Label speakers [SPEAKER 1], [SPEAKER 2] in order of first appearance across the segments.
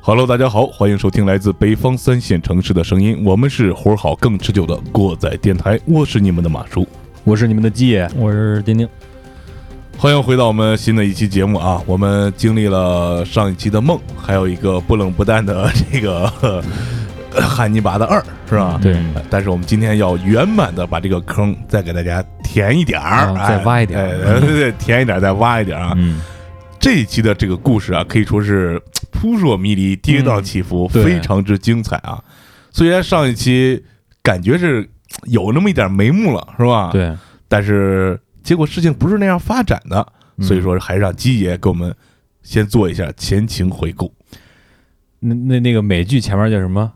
[SPEAKER 1] Hello，大家好，欢迎收听来自北方三线城市的声音，我们是活好更持久的过载电台，我是你们的马叔，
[SPEAKER 2] 我是你们的鸡爷，
[SPEAKER 3] 我是丁丁。
[SPEAKER 1] 欢迎回到我们新的一期节目啊！我们经历了上一期的梦，还有一个不冷不淡的这个 呵呃汉尼拔的二，是
[SPEAKER 2] 啊嗯
[SPEAKER 1] 吧？
[SPEAKER 3] 对
[SPEAKER 1] 呃。但是我们今天要圆满的把这个坑再给大家填一点儿、
[SPEAKER 3] 啊
[SPEAKER 1] 哎
[SPEAKER 3] 再挖一点儿
[SPEAKER 1] 哎对对对，填一点儿再挖一点儿啊！
[SPEAKER 2] 嗯，
[SPEAKER 1] 这一期的这个故事啊，可以说是嘖扑朔迷离、跌宕起伏，
[SPEAKER 2] 嗯对
[SPEAKER 1] 非常之精彩啊！虽然上一期感觉是嘖有那么一点眉目了，是吧？。
[SPEAKER 2] 对，
[SPEAKER 1] 但是结果事情不是那样发展的，
[SPEAKER 2] 嗯
[SPEAKER 1] 所以说还是让鸡爷给我们先做一下前情回顾。
[SPEAKER 2] 那那那个美剧前面叫什么？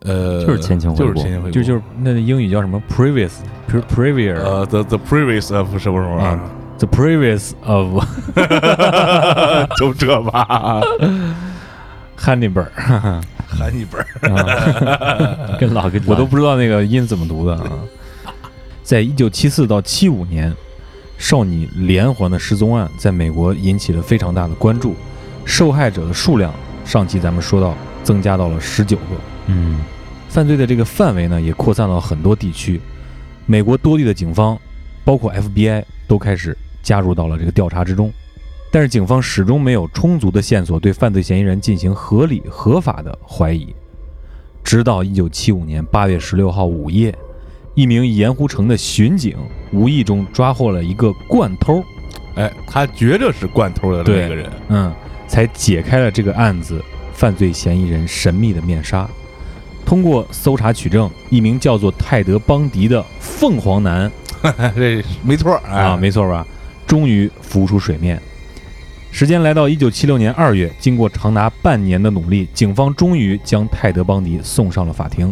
[SPEAKER 1] 呃，
[SPEAKER 3] 就是前情回顾
[SPEAKER 1] 就是前情回顾，
[SPEAKER 2] 就就是那那英语叫什么？previous pre- previous、嗯
[SPEAKER 1] 呃，the the previous of 什么什么啊玩意儿
[SPEAKER 2] the previous of 嗯
[SPEAKER 1] 就这吧，
[SPEAKER 2] 汉尼本，
[SPEAKER 1] 喊一本儿。
[SPEAKER 3] 跟老跟
[SPEAKER 2] 我都不知道那个音怎么读的啊。 在一九七四到七五年，少女连环的失踪案在美国引起了非常大的关注，受害者的数量上期咱们说到增加到了十九个，
[SPEAKER 3] 嗯
[SPEAKER 2] 犯罪的这个范围呢，也扩散到很多地区。美国多地的警方，包括 FBI，都开始加入到了这个调查之中。但是警方始终没有充足的线索对犯罪嫌疑人进行合理合法的怀疑。直到1975年8月16号午夜，一名盐湖城的巡警无意中抓获了一个惯偷，
[SPEAKER 1] 哎，他觉着是惯头的那个人，
[SPEAKER 2] 嗯，才解开了这个案子犯罪嫌疑人神秘的面纱。通过搜查取证，一名叫做泰德·邦迪的凤凰男
[SPEAKER 1] 这没错儿哎
[SPEAKER 2] 啊，没错吧？终于浮出水面。时间来到一九七六年二月，经过长达半年的努力，警方终于将泰德·邦迪送上了法庭。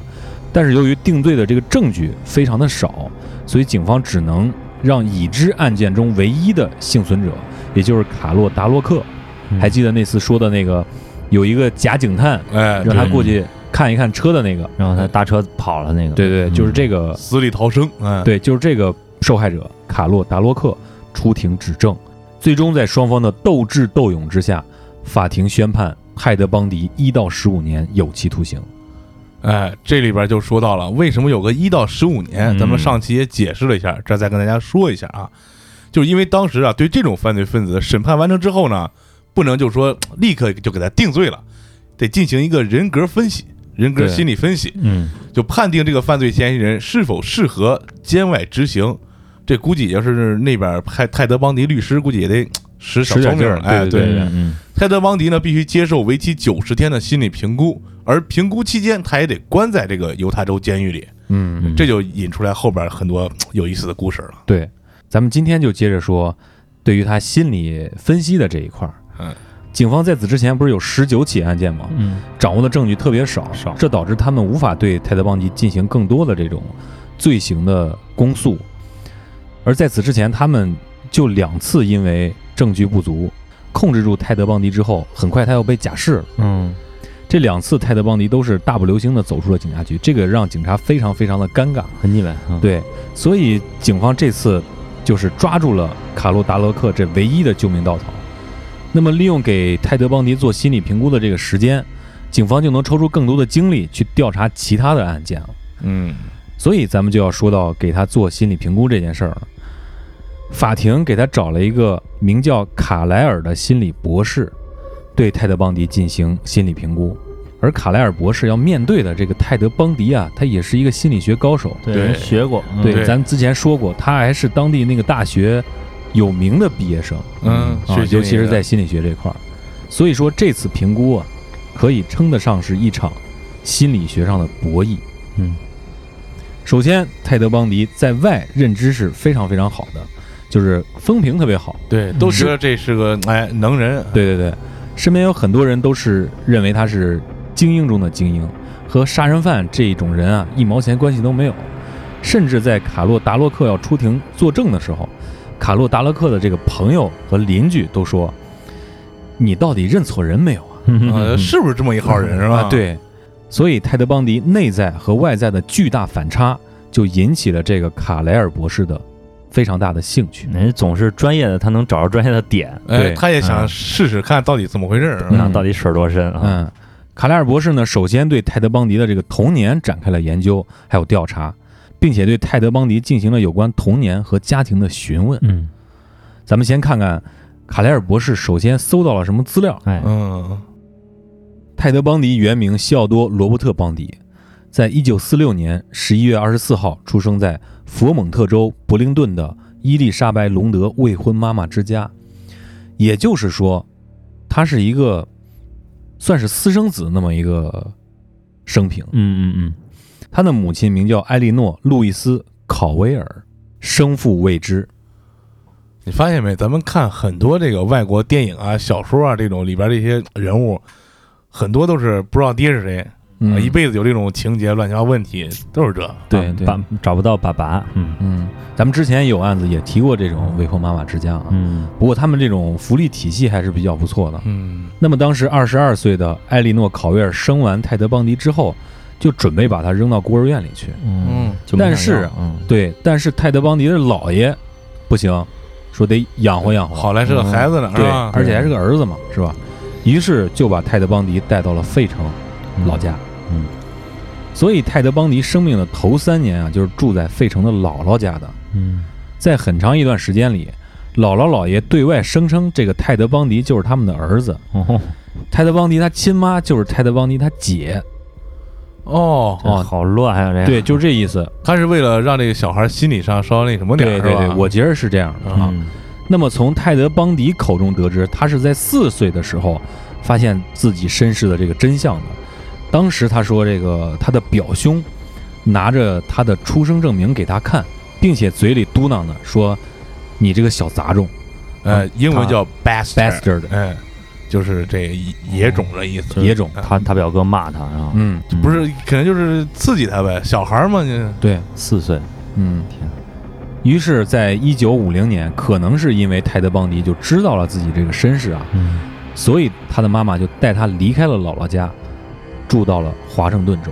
[SPEAKER 2] 但是由于定罪的这个证据非常的少，所以警方只能让已知案件中唯一的幸存者，也就是卡洛·达洛克，
[SPEAKER 3] 嗯
[SPEAKER 2] 还记得那次说的那个，有一个假警探
[SPEAKER 1] 哎，
[SPEAKER 2] 让他
[SPEAKER 3] 对
[SPEAKER 2] 过去看一看车的那个，
[SPEAKER 3] 然后他搭车跑了那个，
[SPEAKER 2] 对对，
[SPEAKER 3] 嗯
[SPEAKER 2] 就是这个，
[SPEAKER 1] 死里逃生，哎，
[SPEAKER 2] 对，就是这个受害者卡洛达洛克出庭指证，最终在双方的斗智斗勇之下，法庭宣判泰德邦迪一到十五年有期徒刑。
[SPEAKER 1] 哎，这里边就说到了为什么有个一到十五年，
[SPEAKER 2] 嗯
[SPEAKER 1] 咱们上期也解释了一下，这再跟大家说一下啊，就是因为当时啊，对这种犯罪分子审判完成之后呢，不能就说立刻就给他定罪了，得进行一个人格分析、人格
[SPEAKER 2] 对
[SPEAKER 1] 心理分析，
[SPEAKER 3] 嗯，
[SPEAKER 1] 就判定这个犯罪嫌疑人是否适合监外执行。这估计也是那边派泰德邦迪律师，估计也得使小
[SPEAKER 2] 使点
[SPEAKER 1] 聪明儿，
[SPEAKER 2] 劲儿
[SPEAKER 1] 哎，
[SPEAKER 2] 对
[SPEAKER 1] 对
[SPEAKER 2] 对
[SPEAKER 3] 嗯嗯
[SPEAKER 1] 泰德·邦迪呢必须接受为期九十天的心理评估，而评估期间他也得关在这个犹他州监狱里，
[SPEAKER 2] 嗯，
[SPEAKER 3] 嗯，
[SPEAKER 1] 这就引出来后边很多嘖有意思的故事了。
[SPEAKER 2] 对，咱们今天就接着说，对于他心理分析的这一块儿，
[SPEAKER 1] 嗯，
[SPEAKER 2] 警方在此之前不是有十九起案件吗？
[SPEAKER 3] 嗯
[SPEAKER 2] 掌握的证据特别少，
[SPEAKER 3] 少
[SPEAKER 2] 这导致他们无法对泰德邦迪进行更多的这种罪行的公诉。而在此之前，他们就两次因为证据不足，控制住泰德邦迪之后，很快他又被假释了。
[SPEAKER 3] 嗯
[SPEAKER 2] 这两次泰德邦迪都是大步流星的走出了警察局，这个让警察非常非常的尴尬。
[SPEAKER 3] 很腻歪，嗯，
[SPEAKER 2] 对，所以警方这次就是抓住了卡洛达罗克这唯一的救命稻草。那么，利用给泰德邦迪做心理评估的这个时间，警方就能抽出更多的精力去调查其他的案件了。
[SPEAKER 1] 嗯，
[SPEAKER 2] 所以，咱们就要说到给他做心理评估这件事儿了。法庭给他找了一个名叫卡莱尔的心理博士，对泰德邦迪进行心理评估。而卡莱尔博士要面对的这个泰德邦迪啊，他也是一个心理学高手，
[SPEAKER 3] 对，
[SPEAKER 1] 对
[SPEAKER 3] 人学过，嗯
[SPEAKER 2] 对，
[SPEAKER 1] 对
[SPEAKER 2] 咱们之前说过，他还是当地那个大学有名的毕业生，
[SPEAKER 1] 嗯
[SPEAKER 2] 啊
[SPEAKER 1] 学，习
[SPEAKER 2] 尤其
[SPEAKER 1] 那
[SPEAKER 2] 是
[SPEAKER 1] 个
[SPEAKER 2] 在心理学这块儿。所以说，这次评估啊，可以称得上是一场心理学上的博弈。
[SPEAKER 3] 嗯
[SPEAKER 2] 首先，泰德·邦迪在外认知是非常非常好的，就是风评特别好。
[SPEAKER 1] 对，都觉
[SPEAKER 2] 是
[SPEAKER 1] 得这是个哎能人，
[SPEAKER 2] 对对对，身边有很多人都是认为他是精英中的精英，和杀人犯这一种人啊一毛钱关系都没有。甚至在卡洛达洛克要出庭作证的时候，卡洛达洛克的这个朋友和邻居都说：“你到底认错人没有啊？”
[SPEAKER 1] 呃，是不是这么一号人是吧？
[SPEAKER 2] 啊，，对，所以泰德邦迪内在和外在的巨大反差，就引起了这个卡莱尔博士的非常大的兴趣。
[SPEAKER 3] 人家总是专业的，他能找着专业的点，
[SPEAKER 1] 哎，
[SPEAKER 2] 对啊
[SPEAKER 1] 他也想
[SPEAKER 3] 嗯
[SPEAKER 1] 试试看到底怎么回事儿。
[SPEAKER 2] 嗯
[SPEAKER 3] 那到底水多深啊？
[SPEAKER 2] 嗯，卡莱尔博士呢，首先对泰德·邦迪的这个童年展开了研究，还有调查，并且对泰德·邦迪进行了有关童年和家庭的询问。
[SPEAKER 3] 嗯，
[SPEAKER 2] 咱们先看看卡莱尔博士首先搜到了什么资料。
[SPEAKER 3] 哎，
[SPEAKER 1] 嗯，
[SPEAKER 2] 泰德·邦迪原名西奥多·罗伯特·邦迪，在一九四六年十一月二十四号出生在佛蒙特州伯灵顿的伊丽莎白·隆德未婚妈妈之家。也就是说，他是一个算是私生子那么一个生平。
[SPEAKER 3] 嗯嗯
[SPEAKER 2] 他的母亲名叫埃莉诺·路易斯·考维尔，生父未知。
[SPEAKER 1] 你发现没？咱们看很多这个外国电影啊、小说啊这种里边这些人物，很多都是不知道爹是谁，啊
[SPEAKER 2] 嗯
[SPEAKER 1] 一辈子有这种情节乱七八糟问题，都是这。
[SPEAKER 2] 对
[SPEAKER 3] 嗯，
[SPEAKER 2] 对，
[SPEAKER 3] 爸找不到爸爸，嗯
[SPEAKER 2] 嗯，咱们之前有案子也提过这种未婚妈妈之家啊。
[SPEAKER 3] 嗯
[SPEAKER 2] 不过他们这种福利体系还是比较不错的。
[SPEAKER 1] 嗯，
[SPEAKER 2] 那么当时二十二岁的艾莉诺·考维尔生完泰德·邦迪之后，就准备把他扔到孤儿院里去。
[SPEAKER 1] 嗯
[SPEAKER 3] 就没
[SPEAKER 2] 但
[SPEAKER 3] 想
[SPEAKER 2] 是
[SPEAKER 3] 到嗯
[SPEAKER 2] 对，但是泰德·邦迪的姥爷不行，说得养活养活。
[SPEAKER 3] 啊
[SPEAKER 1] 好赖是个孩子呢，是
[SPEAKER 2] 对
[SPEAKER 1] 吧，？
[SPEAKER 2] 而且还是个儿子嘛，是吧？于是就把泰德·邦迪带到了费城老家。
[SPEAKER 3] 嗯，
[SPEAKER 2] 所以泰德·邦迪生命的头三年啊，就是住在费城的姥姥家的。
[SPEAKER 3] 嗯
[SPEAKER 2] 在很长一段时间里，姥姥姥爷对外声称这个泰德·邦迪就是他们的儿子，
[SPEAKER 3] 哦，
[SPEAKER 2] 泰德·邦迪他亲妈就是泰德·邦迪他姐。
[SPEAKER 1] 哦，
[SPEAKER 3] 这好乱哎呀，这个
[SPEAKER 2] 对，就是这意思。
[SPEAKER 1] 他是为了让这个小孩心理上稍微那什么点儿，
[SPEAKER 2] 对对
[SPEAKER 1] 是
[SPEAKER 2] 对，
[SPEAKER 1] 吧
[SPEAKER 2] 我觉得是这样的啊。
[SPEAKER 3] 嗯
[SPEAKER 2] 那么从泰德·邦迪口中得知，他是在四岁的时候发现自己身世的这个真相的。当时他说，这个他的表兄拿着他的出生证明给他看，并且嘴里嘟囔呢说：“你这个小杂种
[SPEAKER 1] 呃，英文叫 bastard，
[SPEAKER 2] 啊，bastard，
[SPEAKER 1] 哎，就是这野种的意思，
[SPEAKER 2] 野种。
[SPEAKER 1] 嗯
[SPEAKER 3] 他他表哥骂他，然后”
[SPEAKER 2] 嗯，
[SPEAKER 1] 不是，可能就是刺激他呗，小孩儿嘛，你
[SPEAKER 2] 对，
[SPEAKER 3] 四岁，
[SPEAKER 2] 嗯
[SPEAKER 3] 天。
[SPEAKER 2] 于是，在一九五零年，可能是因为泰德·邦迪就知道了自己这个身世啊，
[SPEAKER 3] 嗯
[SPEAKER 2] 所以他的妈妈就带他离开了姥姥家，住到了华盛顿州，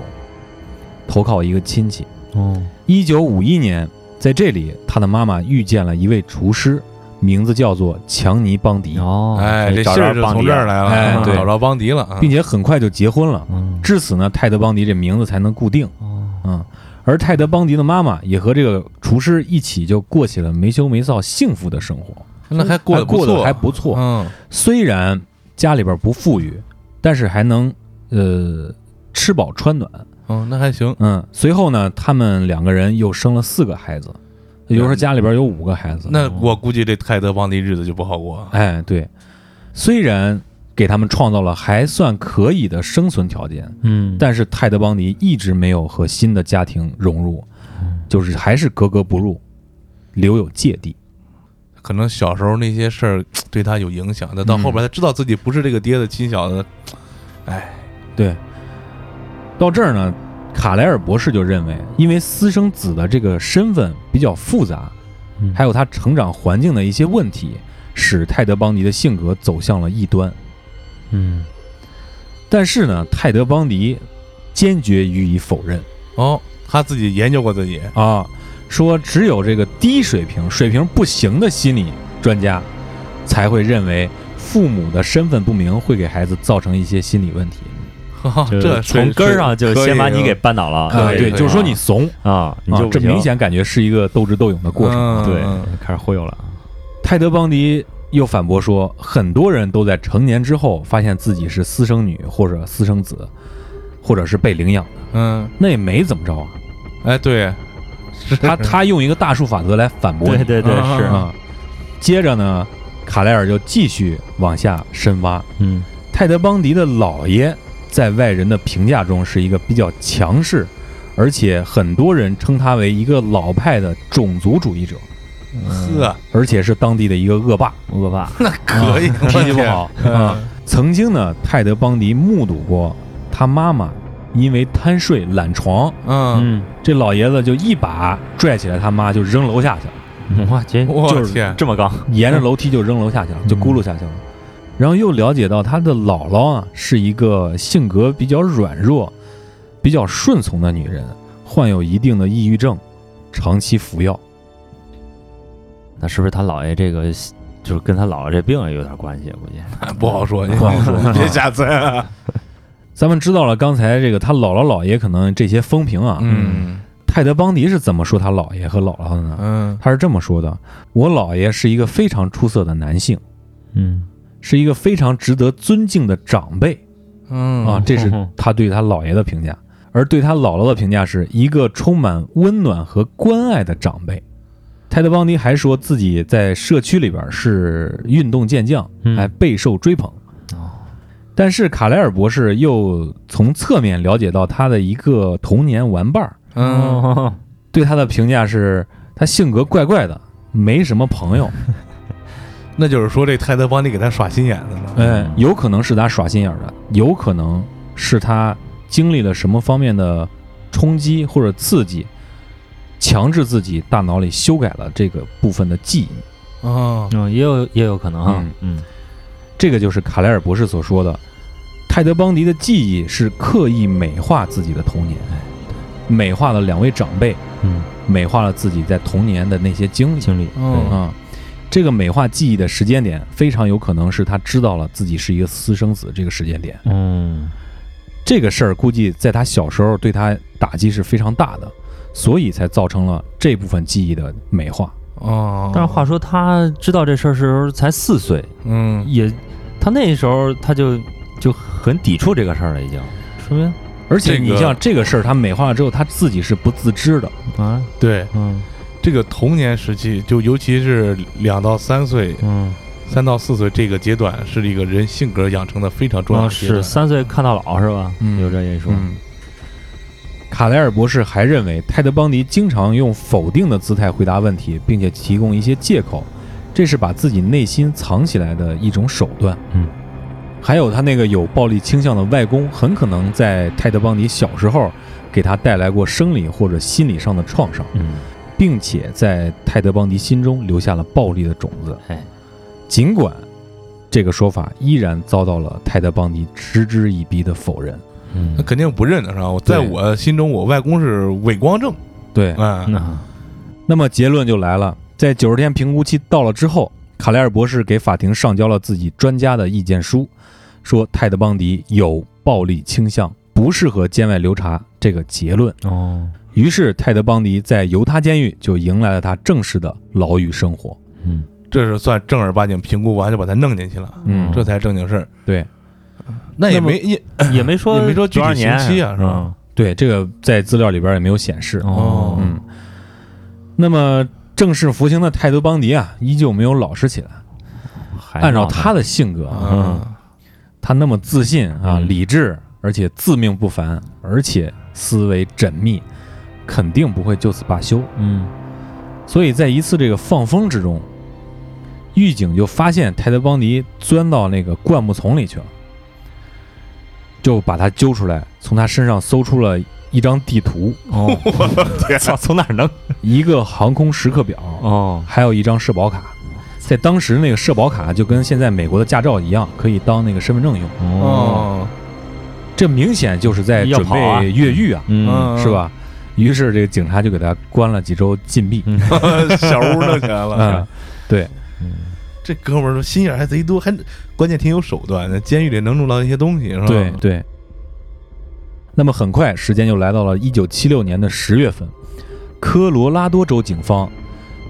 [SPEAKER 2] 投靠一个亲戚。
[SPEAKER 3] 哦，
[SPEAKER 2] 一九五一年，在这里，他的妈妈遇见了一位厨师，名字叫做强尼·邦迪，
[SPEAKER 3] 哦，
[SPEAKER 1] 哎，这
[SPEAKER 3] 找
[SPEAKER 1] 信
[SPEAKER 3] 着
[SPEAKER 1] 儿就
[SPEAKER 3] 邦
[SPEAKER 1] 从
[SPEAKER 3] 迪
[SPEAKER 1] 这
[SPEAKER 3] 了，
[SPEAKER 1] 儿来了，
[SPEAKER 2] 哎
[SPEAKER 1] 嗯
[SPEAKER 2] 对
[SPEAKER 1] 找着邦迪了，嗯
[SPEAKER 2] 并且很快就结婚了。
[SPEAKER 3] 嗯，
[SPEAKER 2] 至此呢，泰德·邦迪这名字才能固定。
[SPEAKER 3] 哦，
[SPEAKER 2] 嗯，而泰德·邦迪的妈妈也和这个厨师一起就过起了没羞没臊、幸福的生活，
[SPEAKER 1] 那还过
[SPEAKER 2] 还
[SPEAKER 1] 得不
[SPEAKER 2] 过
[SPEAKER 1] 错，啊
[SPEAKER 2] 得还不错。
[SPEAKER 1] 嗯，
[SPEAKER 2] 虽然家里边不富裕，但是还能呃吃饱穿暖。
[SPEAKER 1] 哦，那还行，
[SPEAKER 2] 嗯，随后呢，他们两个人又生了四个孩子，也就是说家里边有五个孩子。
[SPEAKER 1] 那我估计这泰德邦迪日子就不好过，
[SPEAKER 2] 哎，对，虽然给他们创造了还算可以的生存条件，
[SPEAKER 3] 嗯，
[SPEAKER 2] 但是泰德邦迪一直没有和新的家庭融入，就是还是格格不入，留有芥蒂。
[SPEAKER 1] 可能小时候那些事儿对他有影响，那到
[SPEAKER 2] 嗯
[SPEAKER 1] 后边他知道自己不是这个爹的亲小子，
[SPEAKER 2] 对，到这儿呢，卡莱尔博士就认为，因为私生子的这个身份比较复杂，
[SPEAKER 3] 嗯
[SPEAKER 2] 还有他成长环境的一些问题，使泰德邦迪的性格走向了异端。
[SPEAKER 3] 嗯
[SPEAKER 2] 但是呢，泰德邦迪坚决予以否认
[SPEAKER 1] 哦，他自己研究过自己，
[SPEAKER 2] 啊，说只有这个低水平、水平不行的心理专家才会认为父母的身份不明会给孩子造成一些心理问题
[SPEAKER 1] 哈
[SPEAKER 2] 哦
[SPEAKER 1] 哈
[SPEAKER 3] 就
[SPEAKER 1] 这
[SPEAKER 3] 哦从根儿上就先把你给
[SPEAKER 1] 过
[SPEAKER 3] 扳倒了，
[SPEAKER 1] 可以
[SPEAKER 2] 啊对，
[SPEAKER 1] 可以
[SPEAKER 2] 就是说你怂
[SPEAKER 3] 啊，你
[SPEAKER 2] 啊
[SPEAKER 3] 就，不
[SPEAKER 2] 这
[SPEAKER 3] 行
[SPEAKER 2] 明显感觉是一个斗智斗勇的过程。
[SPEAKER 1] 嗯
[SPEAKER 3] 对，开始忽悠了，
[SPEAKER 2] 泰德·邦迪又反驳说，很多人都在成年之后发现自己是私生女或者私生子，或者是被领养的，
[SPEAKER 1] 嗯，
[SPEAKER 2] 那也没怎么着啊。
[SPEAKER 1] 哎，对，是
[SPEAKER 2] 他他用一个大数法则来反驳
[SPEAKER 3] 对
[SPEAKER 2] 你
[SPEAKER 3] 对对
[SPEAKER 1] 啊
[SPEAKER 3] 是，
[SPEAKER 2] 啊。接着呢，卡莱尔就继续往下深挖。
[SPEAKER 3] 嗯
[SPEAKER 2] 泰德·邦迪的姥爷在外人的评价中是一个比较强势，而且很多人称他为一个老派的种族主义者，
[SPEAKER 1] 是啊，
[SPEAKER 2] 而且是当地的一个恶 霸。
[SPEAKER 3] 嗯恶霸，
[SPEAKER 1] 那可以，
[SPEAKER 2] 脾气不 好啊。曾经呢，泰德·邦迪目睹过他妈妈因为贪睡懒床，
[SPEAKER 1] 嗯，
[SPEAKER 3] 嗯，
[SPEAKER 2] 这老爷子就一把拽起来他妈就扔楼下去了，
[SPEAKER 3] 哇，这
[SPEAKER 1] 我
[SPEAKER 2] 嗯就是
[SPEAKER 1] 天，
[SPEAKER 3] 这么高，
[SPEAKER 2] 沿着楼梯就扔楼下去了，
[SPEAKER 3] 嗯
[SPEAKER 2] 就轱辘下去了。然后又了解到他的姥姥啊是一个性格比较软弱、比较顺从的女人，患有一定的抑郁症，长期服药。
[SPEAKER 3] 那是不是他姥爷这个就是跟他姥爷这病也有点关系？估计
[SPEAKER 1] 不好说，
[SPEAKER 2] 不好 说
[SPEAKER 1] 别瞎猜啊。
[SPEAKER 2] 咱们知道了刚才这个他姥姥姥爷可能这些风评啊，
[SPEAKER 1] 嗯
[SPEAKER 2] 泰德邦迪是怎么说他姥爷和姥姥的呢？
[SPEAKER 1] 嗯
[SPEAKER 2] 他是这么说的：“我姥爷是一个非常出色的男性，
[SPEAKER 3] 嗯
[SPEAKER 2] 是一个非常值得尊敬的长辈
[SPEAKER 1] 嗯
[SPEAKER 2] 啊。”这是他对他姥爷的评价，而对他姥姥的评价是一个充满温暖和关爱的长辈。泰德邦迪还说自己在社区里边是运动健将，
[SPEAKER 3] 嗯
[SPEAKER 2] 还备受追捧。
[SPEAKER 3] 哦
[SPEAKER 2] 但是卡莱尔博士又从侧面了解到他的一个童年玩伴儿，
[SPEAKER 1] 嗯
[SPEAKER 3] 哦，
[SPEAKER 2] 对他的评价是他性格怪怪的，没什么朋友。
[SPEAKER 1] 那就是说这泰德邦迪给他耍心眼子了。
[SPEAKER 2] 哎，有可能是他耍心眼儿的，有可能是他经历了什么方面的冲击或者刺激，强制自己大脑里修改了这个部分的记忆。
[SPEAKER 1] 哦，
[SPEAKER 3] 嗯，也有也有可能啊，嗯
[SPEAKER 2] 这个就是卡莱尔博士所说的，泰德·邦迪的记忆是刻意美化自己的童年，哎美化了两位长辈，
[SPEAKER 3] 嗯，
[SPEAKER 2] 美化了自己在童年的那些经历。
[SPEAKER 3] 经历，
[SPEAKER 1] 嗯
[SPEAKER 2] 啊、这个美化记忆的时间点，非常有可能是他知道了自己是一个私生子这个时间点。
[SPEAKER 3] 嗯
[SPEAKER 2] 这个事儿估计在他小时候对他打击是非常大的，所以才造成了这部分记忆的美化。
[SPEAKER 1] 哦，
[SPEAKER 3] 但是话说，他知道这事儿时才四岁，
[SPEAKER 1] 嗯，
[SPEAKER 3] 也他那时候他就就很抵触这个事儿了，已经说明
[SPEAKER 2] 而且
[SPEAKER 1] 这个
[SPEAKER 2] 你像这个事儿，他美化了之后，他自己是不自知的。
[SPEAKER 3] 啊，
[SPEAKER 1] 对，
[SPEAKER 3] 嗯
[SPEAKER 1] 这个童年时期，就尤其是两到三岁、
[SPEAKER 3] 嗯，
[SPEAKER 1] 三到四岁这个阶段，是一个人性格养成的非常重要
[SPEAKER 2] 哦
[SPEAKER 3] 啊
[SPEAKER 1] 的阶
[SPEAKER 3] 是
[SPEAKER 1] 段。
[SPEAKER 3] 三岁看到老是吧？
[SPEAKER 2] 嗯
[SPEAKER 3] 有这一说，
[SPEAKER 2] 嗯，卡莱尔博士还认为，泰德·邦迪经常用否定的姿态回答问题，并且提供一些借口，这是把自己内心藏起来的一种手段。
[SPEAKER 3] 嗯，
[SPEAKER 2] 还有他那个有暴力倾向的外公，很可能在泰德·邦迪小时候给他带来过生理或者心理上的创伤。
[SPEAKER 3] 嗯
[SPEAKER 2] 并且在泰德·邦迪心中留下了暴力的种子。
[SPEAKER 3] 哎，
[SPEAKER 2] 尽管这个说法依然遭到了泰德·邦迪嗤之以鼻的否认。
[SPEAKER 3] 嗯
[SPEAKER 1] 那肯定不认的是吧？我在
[SPEAKER 2] 对嗯
[SPEAKER 1] 我心中，我外公是伪光正
[SPEAKER 2] 对，
[SPEAKER 1] 啊，
[SPEAKER 3] 那
[SPEAKER 2] 那么结论就来了，在九十天评估期到了之后，卡莱尔博士给法庭上交了自己专家的意见书，说泰德·邦迪有暴力倾向，不适合监外留查这个结论。
[SPEAKER 3] 哦，
[SPEAKER 2] 于是，泰德·邦迪在犹他监狱就迎来了他正式的牢狱生活。
[SPEAKER 3] 嗯
[SPEAKER 1] 这是算正儿八经评估完就把他弄进去了，
[SPEAKER 2] 嗯
[SPEAKER 1] 这才正经事儿。
[SPEAKER 2] 对，
[SPEAKER 1] 那也
[SPEAKER 3] 那么
[SPEAKER 1] 没也
[SPEAKER 3] 也没说
[SPEAKER 1] 也没说具体
[SPEAKER 3] 多少年嗯
[SPEAKER 1] 刑期啊是吧？
[SPEAKER 2] 对，这个在资料里边也没有显示。
[SPEAKER 1] 哦
[SPEAKER 2] 嗯，那么正式服刑的泰德·邦迪啊，依旧没有老实起来。
[SPEAKER 3] 还
[SPEAKER 2] 按照
[SPEAKER 3] 闹呢
[SPEAKER 2] 他的性格，啊，
[SPEAKER 1] 嗯
[SPEAKER 2] 他那么自信啊、
[SPEAKER 3] 嗯
[SPEAKER 2] 理智，而且自命不凡，而且思维缜密，肯定不会就此罢休。
[SPEAKER 3] 嗯
[SPEAKER 2] 所以在一次这个放风之中，狱警就发现泰德·邦迪钻到那个灌木丛里去了，就把他揪出来，从他身上搜出了一张 地图。
[SPEAKER 3] 哦，
[SPEAKER 2] 嗯
[SPEAKER 3] 操，从哪儿能
[SPEAKER 2] 一个航空时刻表，
[SPEAKER 3] 哦
[SPEAKER 2] 还有一张社保卡。在当时那个社保卡就跟现在美国的驾照一样，可以当那个身份证用。嗯
[SPEAKER 1] 哦
[SPEAKER 2] 这明显就是在
[SPEAKER 3] 要
[SPEAKER 2] 准
[SPEAKER 3] 跑啊
[SPEAKER 2] 备越狱啊，
[SPEAKER 3] 嗯
[SPEAKER 2] 是？吧？于是这个警察就给他关了几周禁闭。
[SPEAKER 3] 嗯
[SPEAKER 1] 小屋弄起来
[SPEAKER 2] 嗯
[SPEAKER 1] 了，，
[SPEAKER 3] 嗯
[SPEAKER 1] 这哥们儿心眼儿还贼多，还关键挺有手段的，监狱里能弄到一些东西是吧？
[SPEAKER 3] 嗯
[SPEAKER 2] 对对。那么很快，时间就来到了一九七六年的十月份，科罗拉多州警方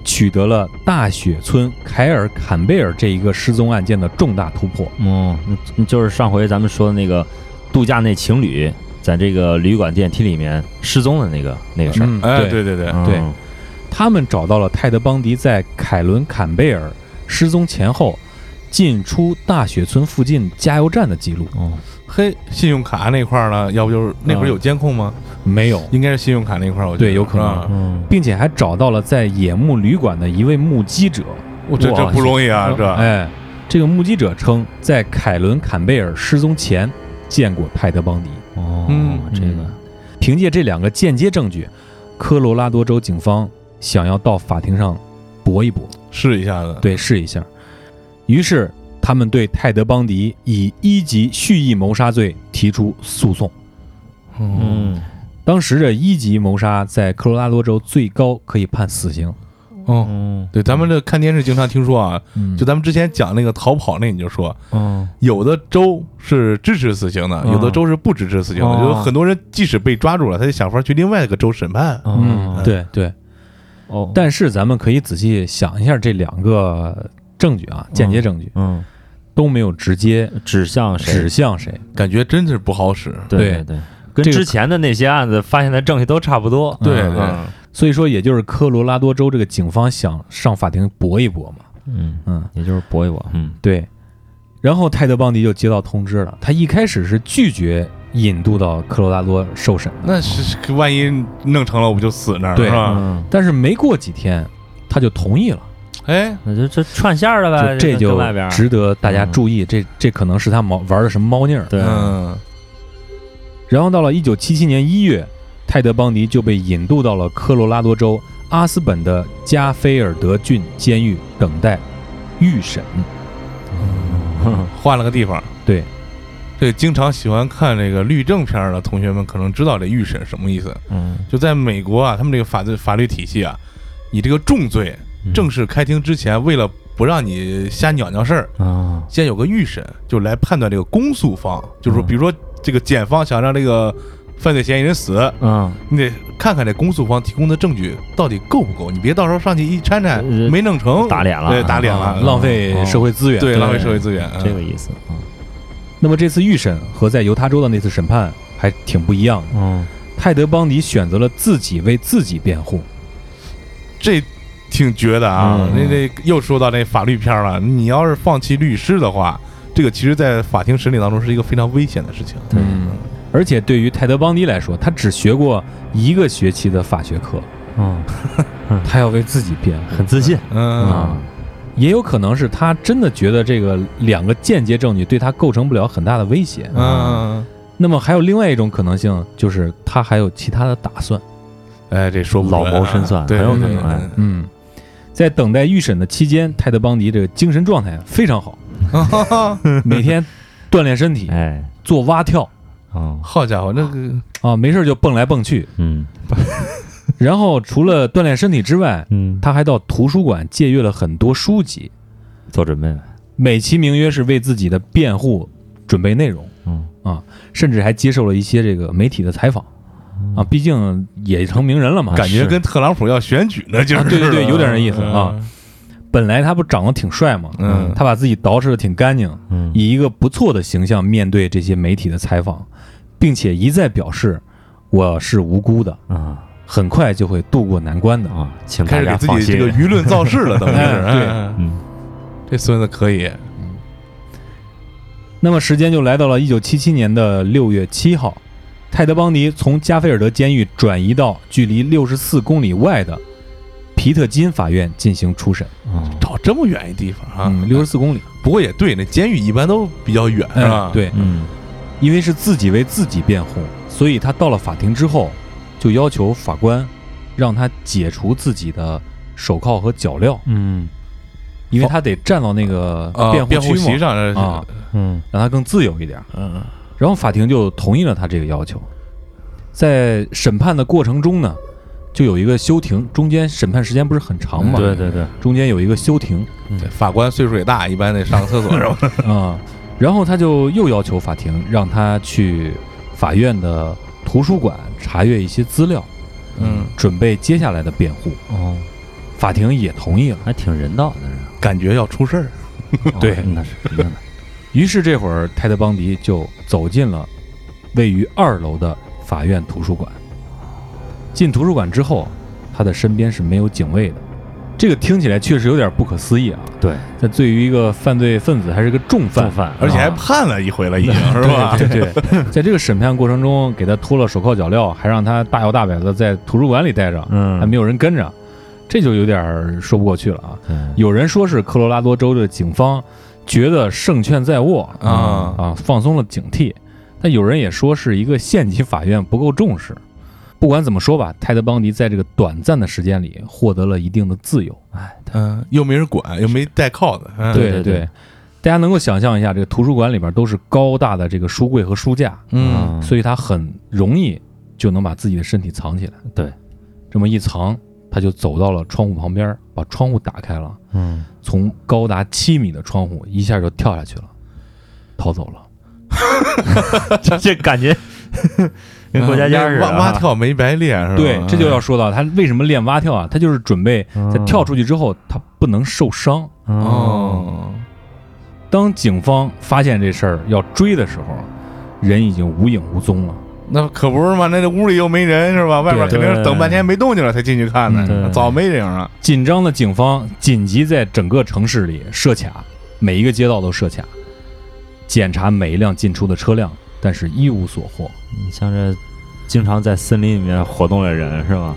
[SPEAKER 2] 取得了大雪村凯尔坎贝尔这一个失踪案件的重大突破。
[SPEAKER 3] 哦，那就是上回咱们说的那个度假那情侣在这个旅馆电梯里面失踪的那个那个事儿。
[SPEAKER 2] 嗯
[SPEAKER 1] 哎，对对对，
[SPEAKER 2] 对他们找到了泰德·邦迪在凯伦坎贝尔失踪前后进出大雪村附近加油站的记录，
[SPEAKER 3] 哦，
[SPEAKER 1] 嘿，信用卡那块儿呢，要不就是那会儿有监控吗？
[SPEAKER 2] 没有，
[SPEAKER 1] 应该是信用卡那块儿，我觉得
[SPEAKER 2] 嗯对有可能
[SPEAKER 1] 是吧
[SPEAKER 3] 嗯，
[SPEAKER 2] 并且还找到了在野木旅馆的一位目击者。
[SPEAKER 1] 我这这
[SPEAKER 3] 哇
[SPEAKER 1] 不容易啊，这
[SPEAKER 2] 哎，这个目击者称，在凯伦坎贝尔失踪前见过泰德·邦迪。
[SPEAKER 3] 哦，
[SPEAKER 1] 嗯
[SPEAKER 3] 这个
[SPEAKER 2] 嗯，凭借这两个间接证据，科罗拉多州警方想要到法庭上搏一搏。
[SPEAKER 1] 试一下子，
[SPEAKER 2] 对，试一下。于是他们对泰德·邦迪以一级蓄意谋杀罪提出诉讼。
[SPEAKER 1] 嗯，
[SPEAKER 3] 嗯，
[SPEAKER 2] 当时这一级谋杀在科罗拉多州最高可以判死刑。
[SPEAKER 1] 哦，
[SPEAKER 3] 嗯，
[SPEAKER 1] 对，咱们这看电视经常听说啊，
[SPEAKER 2] 嗯
[SPEAKER 1] 就咱们之前讲那个逃跑那，你就说
[SPEAKER 3] 嗯，
[SPEAKER 1] 有的州是支持死刑的，
[SPEAKER 3] 嗯
[SPEAKER 1] 有的州是不支持死刑的，
[SPEAKER 3] 哦
[SPEAKER 1] 就是很多人即使被抓住了，他就想法去另外一个州审判。
[SPEAKER 2] 嗯，，对对。
[SPEAKER 3] 哦，
[SPEAKER 2] 但是咱们可以仔细想一下这两个证据啊，间接证据
[SPEAKER 3] 嗯，
[SPEAKER 2] 都没有直接
[SPEAKER 3] 指向谁
[SPEAKER 2] 指？向谁。
[SPEAKER 1] 感觉真是不好使。
[SPEAKER 3] 对对，跟
[SPEAKER 2] 这个
[SPEAKER 3] 之前的那些案子发现的证据都差不多。
[SPEAKER 1] 对
[SPEAKER 2] 嗯
[SPEAKER 1] 嗯
[SPEAKER 2] 所以说，也就是科罗拉多州这个警方想上法庭搏一搏嘛。
[SPEAKER 3] 嗯，
[SPEAKER 2] 嗯，
[SPEAKER 3] 也就是搏一搏。嗯
[SPEAKER 2] 对。然后泰德·邦迪就接到通知了，他一开始是拒绝引渡到科罗拉多受审的，
[SPEAKER 1] 那是是万一弄成了，我不就死那儿
[SPEAKER 2] 对
[SPEAKER 1] 是吧？
[SPEAKER 3] 嗯，
[SPEAKER 2] 但是没过几天他就同意了。
[SPEAKER 1] 哎，
[SPEAKER 3] 那就这串线儿了呗，
[SPEAKER 2] 就这
[SPEAKER 3] 跟
[SPEAKER 2] 就
[SPEAKER 3] 外边儿
[SPEAKER 2] 值得大家注意，这这可能是他猫玩的什么猫腻儿。
[SPEAKER 3] 对，
[SPEAKER 1] 嗯，
[SPEAKER 2] 然后到了一九七七年一月，泰德·邦迪就被引渡到了科罗拉多州阿斯本的加菲尔德郡监狱等待预审。
[SPEAKER 3] 嗯
[SPEAKER 1] 换了个地方。
[SPEAKER 2] 对，
[SPEAKER 1] 这个经常喜欢看这个律政片儿的同学们可能知道这预审什么意思。
[SPEAKER 3] 嗯，
[SPEAKER 1] 就在美国啊，他们这个法律法律体系啊，你这个重罪
[SPEAKER 3] 嗯
[SPEAKER 1] 正式开庭之前，为了不让你瞎鸟鸟事儿，
[SPEAKER 3] 啊，
[SPEAKER 1] 先有个预审，就来判断这个公诉方，就是说，
[SPEAKER 3] 嗯
[SPEAKER 1] 比如说这个检方想让这个犯罪嫌疑人死，
[SPEAKER 3] 嗯，
[SPEAKER 1] 你得看看这公诉方提供的证据到底够不够，你别到时候上去一掺掺
[SPEAKER 3] 呃
[SPEAKER 1] 没弄成，
[SPEAKER 3] 打脸了
[SPEAKER 1] 嗯
[SPEAKER 3] 嗯
[SPEAKER 1] 对，打脸
[SPEAKER 2] 啊
[SPEAKER 1] 了，
[SPEAKER 2] 浪费社会资源。
[SPEAKER 1] 哦对
[SPEAKER 3] 对
[SPEAKER 1] 浪费社会资源，嗯
[SPEAKER 3] 这个意思。嗯
[SPEAKER 2] 那么这次预审和在犹他州的那次审判还挺不一样的。
[SPEAKER 3] 嗯
[SPEAKER 2] 泰德·邦迪选择了自己为自己辩护。
[SPEAKER 1] 这挺绝的啊！
[SPEAKER 3] 嗯
[SPEAKER 1] 那那又说到那法律片儿了，你要是放弃律师的话，这个其实，在法庭审理当中是一个非常危险的事情。
[SPEAKER 3] 对
[SPEAKER 2] 嗯，而且对于泰德·邦迪来说，他只学过一个学期的法学课，
[SPEAKER 3] 嗯嗯，
[SPEAKER 2] 他要为自己辩护。
[SPEAKER 3] 很自信
[SPEAKER 1] 嗯，
[SPEAKER 3] 啊。
[SPEAKER 2] 也有可能是他真的觉得这个两个间接证据对他构成不了很大的威胁。
[SPEAKER 1] 嗯，
[SPEAKER 2] 那么还有另外一种可能性，就是他还有其他的打算。
[SPEAKER 1] 哎，这说不准啊
[SPEAKER 3] 老谋深算
[SPEAKER 1] 对，
[SPEAKER 3] 很有
[SPEAKER 2] 可
[SPEAKER 1] 对
[SPEAKER 2] 能
[SPEAKER 3] 哎
[SPEAKER 2] 嗯，在等待预审的期间，泰德·邦迪这个精神状态非常 好，
[SPEAKER 1] 对
[SPEAKER 2] 每天锻炼身体，
[SPEAKER 3] 哎，
[SPEAKER 2] 做蛙跳
[SPEAKER 3] 嗯
[SPEAKER 1] 好家伙，那个
[SPEAKER 2] 啊，没事儿就蹦来蹦去。
[SPEAKER 3] 嗯
[SPEAKER 2] 然后除了锻炼身体之外，
[SPEAKER 3] 嗯，
[SPEAKER 2] 他还到图书馆借阅了很多书籍，
[SPEAKER 3] 做准备呗。
[SPEAKER 2] 美其名曰是为自己的辩护准备内容。
[SPEAKER 3] 嗯
[SPEAKER 2] 甚至还接受了一些这个媒体的采访啊，毕竟也成名人了
[SPEAKER 1] 嗯
[SPEAKER 2] 嘛。
[SPEAKER 1] 感觉
[SPEAKER 3] 是
[SPEAKER 1] 跟特朗普要选举呢，就是
[SPEAKER 2] 啊对 对对有点那意思
[SPEAKER 1] 嗯
[SPEAKER 2] 啊。本来他不长得挺帅嘛，
[SPEAKER 1] 嗯
[SPEAKER 2] 他把自己捯饬的挺干净，
[SPEAKER 3] 嗯
[SPEAKER 2] 以一个不错的形象面对这些媒体的采访，并且一再表示我是无辜的，
[SPEAKER 3] 啊
[SPEAKER 2] 很快就会渡过难关的。
[SPEAKER 3] 啊，请大
[SPEAKER 1] 开始给
[SPEAKER 3] 家
[SPEAKER 1] 自
[SPEAKER 3] 放
[SPEAKER 1] 己
[SPEAKER 3] 心
[SPEAKER 1] 这。个舆论造势 了，等于是。
[SPEAKER 2] 哎对
[SPEAKER 1] 哎
[SPEAKER 3] 嗯
[SPEAKER 1] 这孙子可以，
[SPEAKER 2] 那么时间就来到了一九七七年的六月七号，泰德·邦迪从加菲尔德监狱转移到距离六十四公里外的皮特金法院进行初审，嗯
[SPEAKER 3] 嗯
[SPEAKER 1] 找这么远一地方啊，
[SPEAKER 2] 六十四公里，
[SPEAKER 1] 不过也对，那监狱一般都比较远，啊是吧
[SPEAKER 2] 哎，？对，
[SPEAKER 3] 嗯
[SPEAKER 2] 因为是自己为自己辩护，所以他到了法庭之后，就要求法官让他解除自己的手铐和脚镣，
[SPEAKER 3] 嗯
[SPEAKER 2] 因为他得站到那个
[SPEAKER 1] 哦啊，
[SPEAKER 2] 辩
[SPEAKER 1] 辩护
[SPEAKER 2] 护区
[SPEAKER 1] 席
[SPEAKER 2] 嘛，
[SPEAKER 1] 上这是
[SPEAKER 2] 啊，
[SPEAKER 3] 嗯
[SPEAKER 2] 让他更自由一点。
[SPEAKER 1] 嗯，
[SPEAKER 2] 然后法庭就同意了他这个要求。在审判的过程中呢，就有一个休庭，中间审判时间不是很长嘛，
[SPEAKER 3] 嗯对对对，
[SPEAKER 2] 中间有一个休庭
[SPEAKER 1] 对，法官岁数也大，一般得上个厕所是吧？
[SPEAKER 2] 啊、然后他就又要求法庭让他去法院的图书馆查阅一些资料。
[SPEAKER 1] 嗯，
[SPEAKER 2] 准备接下来的辩护，
[SPEAKER 3] 哦，
[SPEAKER 2] 法庭也同意了。
[SPEAKER 3] 还挺人道的
[SPEAKER 1] 感觉要出事儿。
[SPEAKER 3] 这。
[SPEAKER 2] 对
[SPEAKER 3] 哦那是肯定的。
[SPEAKER 2] 于是这会儿，泰德·邦迪就走进了位于二楼的法院图书馆。进图书馆之后，他的身边是没有警卫的。这个听起来确实有点不可思议啊！
[SPEAKER 3] 对，
[SPEAKER 2] 那对于一个犯罪分子，还是个重犯，
[SPEAKER 3] 重犯
[SPEAKER 1] 而且还
[SPEAKER 2] 啊嗯
[SPEAKER 1] 判了一回了，已经是吧？
[SPEAKER 2] 对对 对，在这个审判过程中，给他脱了手铐脚镣，还让他大摇大摆的在图书馆里待着，
[SPEAKER 3] 嗯
[SPEAKER 2] 还没有人跟着，这就有点儿说不过去了啊！
[SPEAKER 3] 对
[SPEAKER 2] 有人说是科罗拉多州的警方觉得胜券在握
[SPEAKER 1] 啊
[SPEAKER 2] 啊，放松了警惕。但有人也说是一个县级法院不够重视。不管怎么说吧，泰德·邦迪在这个短暂的时间里获得了一定的自由。
[SPEAKER 1] 嗯，又没人管，又没带铐子，嗯
[SPEAKER 3] 对
[SPEAKER 2] 对
[SPEAKER 3] 对
[SPEAKER 2] 大家能够想象一下，这个图书馆里边都是高大的这个书柜和书架，
[SPEAKER 1] 嗯，
[SPEAKER 3] 嗯
[SPEAKER 2] 所以他很容易就能把自己的身体藏起来。
[SPEAKER 3] 对，
[SPEAKER 2] 这么一藏，他就走到了窗户旁边，把窗户打开了，
[SPEAKER 3] 嗯，
[SPEAKER 2] 从高达七米的窗户一下就跳下去了，逃走了。
[SPEAKER 3] 这 这感 觉跟过家家似的
[SPEAKER 1] 那
[SPEAKER 3] 啊，
[SPEAKER 1] 蛙蛙跳没白练是吧？
[SPEAKER 2] 对，这就要说到他为什么练蛙跳啊？他就是准备
[SPEAKER 3] 嗯
[SPEAKER 2] 在跳出去之后，他不能受伤。
[SPEAKER 1] 嗯
[SPEAKER 3] 哦，
[SPEAKER 1] 哦，
[SPEAKER 2] 当警方发现这事儿要追的时候，人已经无影无踪了。
[SPEAKER 1] 那可不是嘛，那这屋里又没人是吧？外边肯定是等半天没动静了才进去看
[SPEAKER 3] 对
[SPEAKER 1] 呢，早没人了。
[SPEAKER 2] 紧张的警方紧急在整个城市里设卡，每一个街道都设卡，检查每一辆进出的车辆，但是一无所获。
[SPEAKER 3] 你像这经常在森林里面活动的人是吧？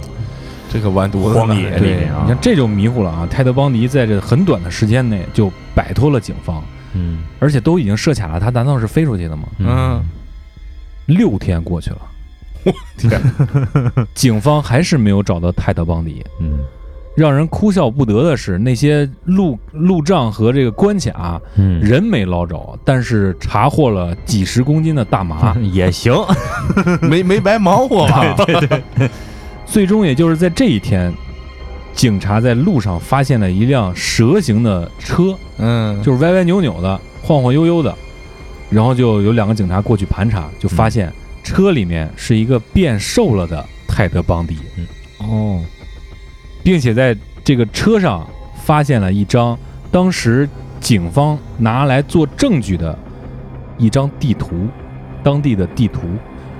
[SPEAKER 1] 这个完犊子
[SPEAKER 3] 荒野
[SPEAKER 1] 了，
[SPEAKER 3] 对
[SPEAKER 2] 对，
[SPEAKER 3] 啊
[SPEAKER 2] 你看这就迷糊了啊！泰德·邦迪在这很短的时间内就摆脱了警方，
[SPEAKER 3] 嗯
[SPEAKER 2] 而且都已经设卡了，他难道是飞出去的吗？
[SPEAKER 1] 嗯，
[SPEAKER 2] 六天过去了，
[SPEAKER 1] 天
[SPEAKER 2] 警方还是没有找到泰德·邦迪。
[SPEAKER 3] 嗯
[SPEAKER 2] 让人哭笑不得的是，那些路路障和这个关卡、
[SPEAKER 3] 嗯
[SPEAKER 2] 人没捞着，但是查获了几十公斤的大麻。
[SPEAKER 3] 也行，
[SPEAKER 1] 没没白忙活吧？
[SPEAKER 2] 最终，也就是在这一天，警察在路上发现了一辆蛇形的车，
[SPEAKER 1] 嗯，
[SPEAKER 2] 就是歪歪扭扭的、晃晃悠悠的。然后就有两个警察过去盘查，就发现车里面是一个变瘦了的泰德·邦迪，
[SPEAKER 3] 哦，
[SPEAKER 2] 并且在这个车上发现了一张当时警方拿来做证据的一张地图，当地的地图。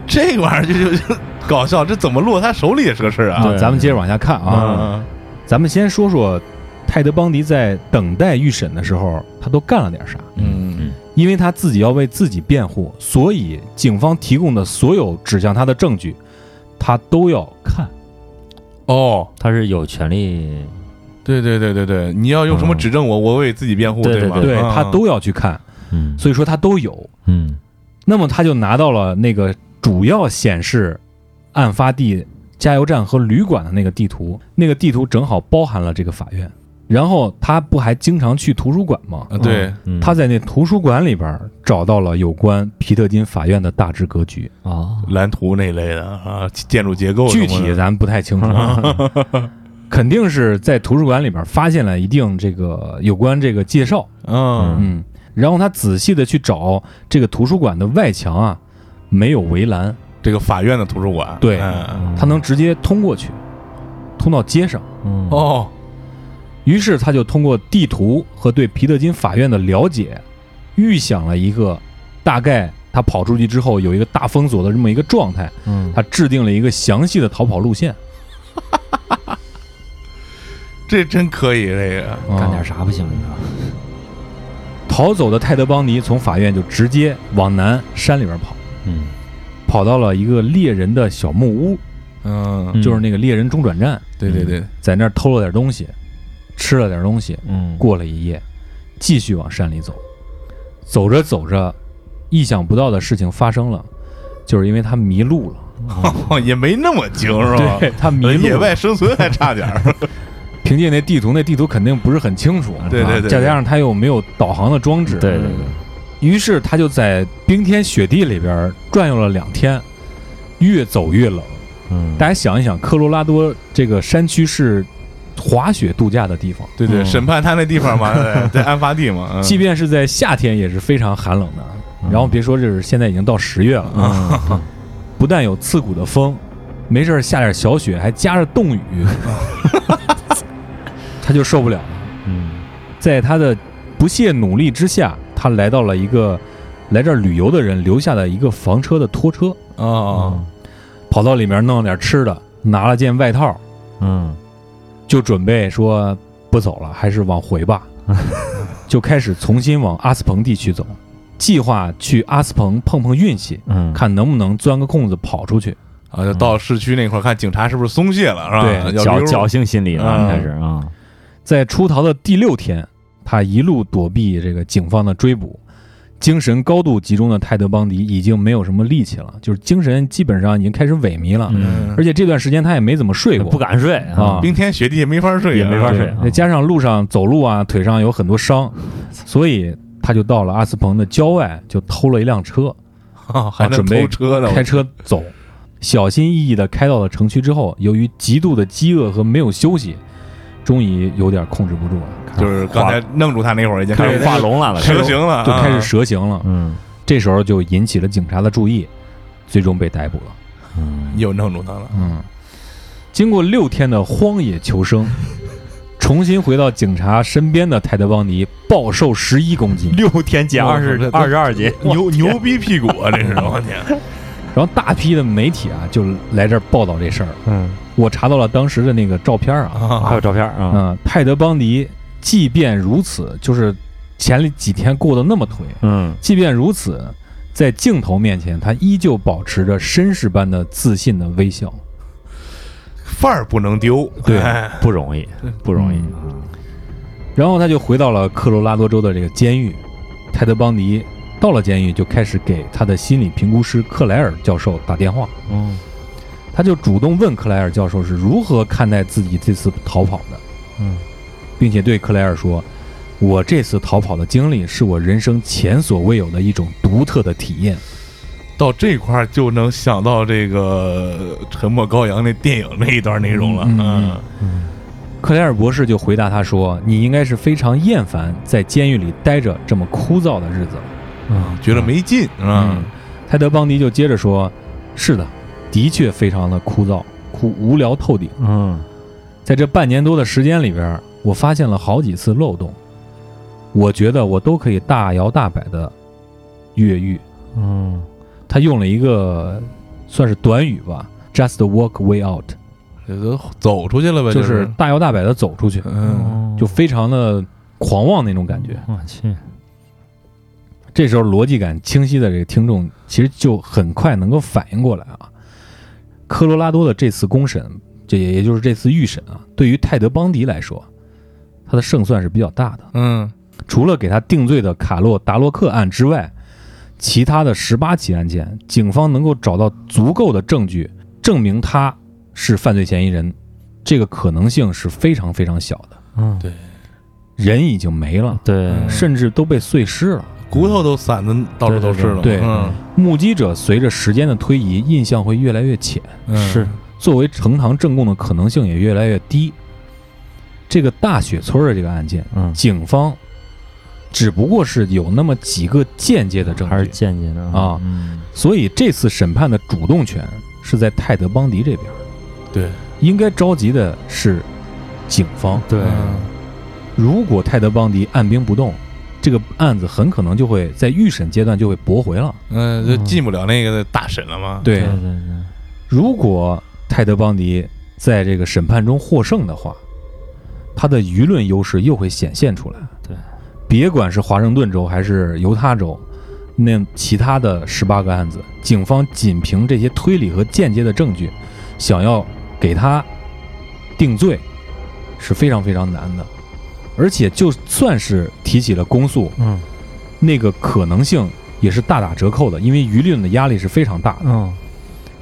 [SPEAKER 1] 这玩意儿就就就搞笑，这怎么落他手里也是个事儿啊！
[SPEAKER 2] 啊，咱们接着往下看啊。
[SPEAKER 1] 啊，
[SPEAKER 2] 咱们先说说泰德·邦迪在等待预审的时候，他都干了点啥？
[SPEAKER 1] 嗯
[SPEAKER 2] 因为他自己要为自己辩护，所以警方提供的所有指向他的证据，他都要看。
[SPEAKER 1] 哦，
[SPEAKER 3] 他是有权利，
[SPEAKER 1] 对对对对对，你要用什么指证我，我为自己辩护，
[SPEAKER 3] 对
[SPEAKER 1] 吗？
[SPEAKER 3] 对
[SPEAKER 2] 对
[SPEAKER 1] 啊
[SPEAKER 2] 他都要去看，
[SPEAKER 3] 嗯
[SPEAKER 2] 所以说他都有。
[SPEAKER 3] 嗯
[SPEAKER 2] 那么他就拿到了那个主要显示案发地、加油站和旅馆的那个地图，那个地图正好包含了这个法院。然后他不还经常去图书馆吗？呃
[SPEAKER 1] 啊对，
[SPEAKER 3] 嗯
[SPEAKER 2] 他在那图书馆里边儿找到了有关皮特金法院的大致格局，
[SPEAKER 3] 哦，
[SPEAKER 1] 蓝图那类的啊，建筑结构什么
[SPEAKER 2] 具
[SPEAKER 1] 的嗯
[SPEAKER 2] 体咱不太清楚，啊 肯定是在图书馆里边儿发现了一定这个有关这个介绍，
[SPEAKER 1] 嗯
[SPEAKER 2] 嗯，然后他仔细的去找这个图书馆的外墙啊，没有围栏，
[SPEAKER 1] 这个法院的图书馆，
[SPEAKER 2] 对
[SPEAKER 1] 嗯
[SPEAKER 2] 他能直接通过去，通到街上。
[SPEAKER 3] 嗯
[SPEAKER 1] 哦，
[SPEAKER 2] 于是他就通过地图和对皮特金法院的了解，预想了一个大概他跑出去之后有一个大封锁的这么一个状态。
[SPEAKER 3] 嗯
[SPEAKER 2] 他制定了一个详细的逃跑路线，
[SPEAKER 1] 这真可以，这个
[SPEAKER 3] 干点
[SPEAKER 2] 事。
[SPEAKER 3] 啥不行啊？
[SPEAKER 2] 逃走的泰德·邦尼从法院就直接往南山里边跑，
[SPEAKER 3] 嗯，
[SPEAKER 2] 跑到了一个猎人的小木屋，
[SPEAKER 1] 嗯，
[SPEAKER 2] 就是那个猎人中转站，
[SPEAKER 1] 对对 对，
[SPEAKER 2] 在那儿偷了点东西，吃了点东西，
[SPEAKER 3] 嗯
[SPEAKER 2] 过了一夜，继续往山里走。走着走着，意想不到的事情发生了，就是因为他迷路了。
[SPEAKER 1] 哦也没那么精是吧？
[SPEAKER 2] 对他迷路
[SPEAKER 1] 呃野
[SPEAKER 2] 了，
[SPEAKER 1] 外生存还差点儿，
[SPEAKER 2] 凭借那地图，那地图肯定不是很清楚，
[SPEAKER 1] 对对
[SPEAKER 2] 啊
[SPEAKER 1] 对
[SPEAKER 2] 再加上他又没有导航的装置，
[SPEAKER 3] 对对对，
[SPEAKER 2] 于是他就在冰天雪地里边转悠了两天，越走越冷。
[SPEAKER 3] 嗯
[SPEAKER 2] 大家想一想，科罗拉多这个山区是滑雪度假的地方，
[SPEAKER 1] 对对，
[SPEAKER 3] 嗯
[SPEAKER 1] 审判他那地方嘛， 在在案发地嘛，嗯
[SPEAKER 2] 即便是在夏天也是非常寒冷的。然后别说这是现在已经到十月了，
[SPEAKER 3] 嗯
[SPEAKER 2] 不但有刺骨的风，没事儿下点小雪，还加着冻雨， 他就受不了了。
[SPEAKER 3] 嗯
[SPEAKER 2] 在他的不懈努力之下，他来到了一个来这儿旅游的人留下的一个房车的拖车。
[SPEAKER 3] 嗯
[SPEAKER 1] 哦，
[SPEAKER 2] 跑到里面弄了点吃的，拿了件外套，
[SPEAKER 3] 嗯
[SPEAKER 2] 就准备说不走了，还是往回吧，就开始重新往阿斯彭地区走，计划去阿斯彭碰碰运气，
[SPEAKER 3] 嗯，
[SPEAKER 2] 看能不能钻个空子跑出去。
[SPEAKER 1] 啊，就到市区那块儿看警察是不是松懈了，是吧？
[SPEAKER 2] 对
[SPEAKER 1] 要
[SPEAKER 3] 侥
[SPEAKER 1] 溜
[SPEAKER 3] 侥幸心理
[SPEAKER 1] 嗯
[SPEAKER 3] 了开始啊，
[SPEAKER 2] 在出逃的第六天，他一路躲避这个警方的追捕。精神高度集中的泰德·邦迪已经没有什么力气了，就是精神基本上已经开始萎靡了，
[SPEAKER 1] 嗯
[SPEAKER 2] 而且这段时间他也没怎么睡过，
[SPEAKER 3] 不敢睡嗯
[SPEAKER 2] 啊
[SPEAKER 1] 冰天雪地也没法睡啊，
[SPEAKER 3] 也没法
[SPEAKER 2] 对
[SPEAKER 3] 睡啊
[SPEAKER 2] 再加上路上走路啊，腿上有很多伤，所以他就到了阿斯彭的郊外，就偷了一辆车，
[SPEAKER 1] 啊还能
[SPEAKER 2] 准备
[SPEAKER 1] 偷车呢，
[SPEAKER 2] 开车走。小心翼翼地开到了城区之后，由于极度的饥饿和没有休息，终于有点控制不住了，开始
[SPEAKER 1] 就是刚才弄住他那会儿已经
[SPEAKER 3] 开
[SPEAKER 1] 开
[SPEAKER 3] 始
[SPEAKER 1] 始
[SPEAKER 3] 画龙了，
[SPEAKER 1] 蛇形了，
[SPEAKER 2] 就开始
[SPEAKER 1] 啊
[SPEAKER 2] 蛇行了。
[SPEAKER 3] 嗯
[SPEAKER 2] 这时候就引起了警察的注意，最终被逮捕了。
[SPEAKER 3] 嗯，
[SPEAKER 1] 又弄住他了。
[SPEAKER 2] 嗯，经过六天的荒野求生，重新回到警察身边的泰德邦尼暴瘦十一公斤，
[SPEAKER 3] 六天减二十二十二斤，
[SPEAKER 1] 牛牛逼屁股啊！这是 我天，
[SPEAKER 2] 然后大批的媒体啊就来这儿报道这事儿。
[SPEAKER 3] 嗯，
[SPEAKER 2] 我查到了当时的那个照片啊，
[SPEAKER 3] 还
[SPEAKER 1] 啊
[SPEAKER 3] 有照片啊，
[SPEAKER 2] 嗯，泰德邦迪即便如此，就是前里几天过得那么颓，
[SPEAKER 3] 嗯
[SPEAKER 2] 即便如此，在镜头面前，他依旧保持着绅士般的自信的微笑。
[SPEAKER 1] 范儿不能丢，
[SPEAKER 2] 对
[SPEAKER 1] 哎
[SPEAKER 3] 不容易，不容易，啊
[SPEAKER 2] 然后他就回到了科罗拉多州的这个监狱。泰德邦迪到了监狱，就开始给他的心理评估师克莱尔教授打电话，
[SPEAKER 3] 嗯
[SPEAKER 2] 他就主动问克莱尔教授是如何看待自己这次逃跑的，
[SPEAKER 3] 嗯
[SPEAKER 2] 并且对克莱尔说：“我这次逃跑的经历是我人生前所未有的一种独特的体验。
[SPEAKER 1] 到这块儿就能想到这个《沉默羔羊》那电影那一段内容了。
[SPEAKER 2] 嗯
[SPEAKER 1] 嗯，
[SPEAKER 2] 克莱尔博士就回答他说：“你应该是非常厌烦在监狱里待着这么枯燥的日子。
[SPEAKER 3] 嗯
[SPEAKER 1] 觉得没劲啊
[SPEAKER 2] 嗯。”泰德邦迪就接着说：“是的，的确非常的枯燥，枯无聊透顶。
[SPEAKER 3] 嗯
[SPEAKER 2] 在这半年多的时间里边，我发现了好几次漏洞，我觉得我都可以大摇大摆的越狱。
[SPEAKER 3] 嗯，”
[SPEAKER 2] 他用了一个算是短语吧，“just walk way out”，
[SPEAKER 1] 这都走出去了呗，
[SPEAKER 2] 就是是大摇大摆的走出去，
[SPEAKER 1] 嗯，
[SPEAKER 2] 就非常的狂妄那种感觉。
[SPEAKER 3] 嗯我去，
[SPEAKER 2] 这时候逻辑感清晰的这个听众，其实就很快能够反应过来啊。科罗拉多的这次公审，这也也就是这次预审啊，对于泰德·邦迪来说，他的胜算是比较大的。
[SPEAKER 1] 嗯，
[SPEAKER 2] 除了给他定罪的卡洛·达洛克案之外，其他的十八起案件，警方能够找到足够的证据证明他是犯罪嫌疑人，这个可能性是非常非常小的。
[SPEAKER 3] 嗯
[SPEAKER 1] 对
[SPEAKER 2] 人已经没了，
[SPEAKER 3] 对，
[SPEAKER 2] 甚至都被碎尸了。
[SPEAKER 1] 骨头都散的到处都是了。
[SPEAKER 2] 对对对
[SPEAKER 1] 嗯
[SPEAKER 2] 目击者随着时间的推移，印象会越来越浅，
[SPEAKER 1] 嗯
[SPEAKER 3] 是
[SPEAKER 2] 作为呈堂证供的可能性也越来越低。这个大雪村的这个案件，
[SPEAKER 3] 嗯，
[SPEAKER 2] 警方只不过是有那么几个间接的证
[SPEAKER 3] 还是
[SPEAKER 2] 据，
[SPEAKER 3] 间接的
[SPEAKER 2] 啊
[SPEAKER 3] 嗯
[SPEAKER 2] 所以这次审判的主动权是在泰德·邦迪这边。
[SPEAKER 1] 对，
[SPEAKER 2] 应该着急的是警方。
[SPEAKER 3] 对
[SPEAKER 1] 嗯
[SPEAKER 2] 如果泰德·邦迪按兵不动，这个案子很可能就会在预审阶段就会驳回了。
[SPEAKER 1] 嗯，就进不了那个大审了嘛。
[SPEAKER 2] 对
[SPEAKER 3] 对对对，
[SPEAKER 2] 如果泰德·邦迪在这个审判中获胜的话，他的舆论优势又会显现出来。
[SPEAKER 3] 对，
[SPEAKER 2] 别管是华盛顿州还是犹他州，那其他的十八个案子，警方仅凭这些推理和间接的证据，想要给他定罪是非常非常难的。而且，就算是提起了公诉，
[SPEAKER 3] 嗯
[SPEAKER 2] 那个可能性也是大打折扣的，因为舆论的压力是非常大的。
[SPEAKER 3] 嗯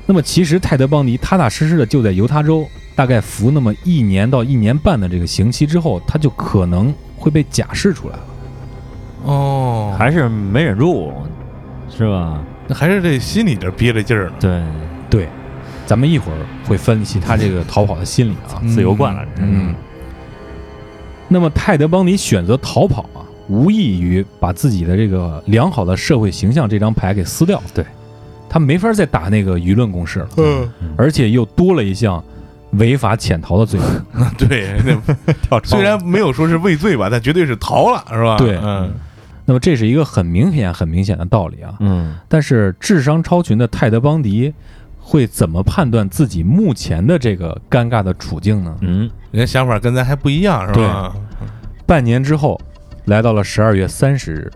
[SPEAKER 2] 那么其实泰德·邦迪踏踏实实的就在犹他州大概服那么一年到一年半的这个刑期之后，他就可能会被假释出来了。
[SPEAKER 1] 哦，
[SPEAKER 3] 还是没忍住，是吧？
[SPEAKER 1] 还还是这心里这憋着劲儿呢。
[SPEAKER 3] 对，
[SPEAKER 2] 对，咱们一会儿会分析他这个逃跑的心理啊。
[SPEAKER 3] 自由惯了，这
[SPEAKER 2] 嗯，那么泰德·邦迪选择逃跑啊，无异于把自己的这个良好的社会形象这张牌给撕掉。
[SPEAKER 3] 对，
[SPEAKER 2] 他没法再打那个舆论攻势了，
[SPEAKER 1] 嗯，
[SPEAKER 2] 而且又多了一项违法潜逃的罪 名。
[SPEAKER 1] 对， 那
[SPEAKER 3] 跳窗
[SPEAKER 1] 虽然没有说是畏罪吧，但绝对是逃了，是吧？
[SPEAKER 2] 对
[SPEAKER 1] 嗯，
[SPEAKER 2] 那么这是一个很明显、很明显的道理啊。
[SPEAKER 3] 嗯
[SPEAKER 2] 但是智商超群的泰德·邦迪会怎么判断自己目前的这个尴尬的处境呢？
[SPEAKER 3] 嗯
[SPEAKER 1] 人家想法跟咱还不一样，是吧？
[SPEAKER 2] 半年之后，来到了十二月三十日，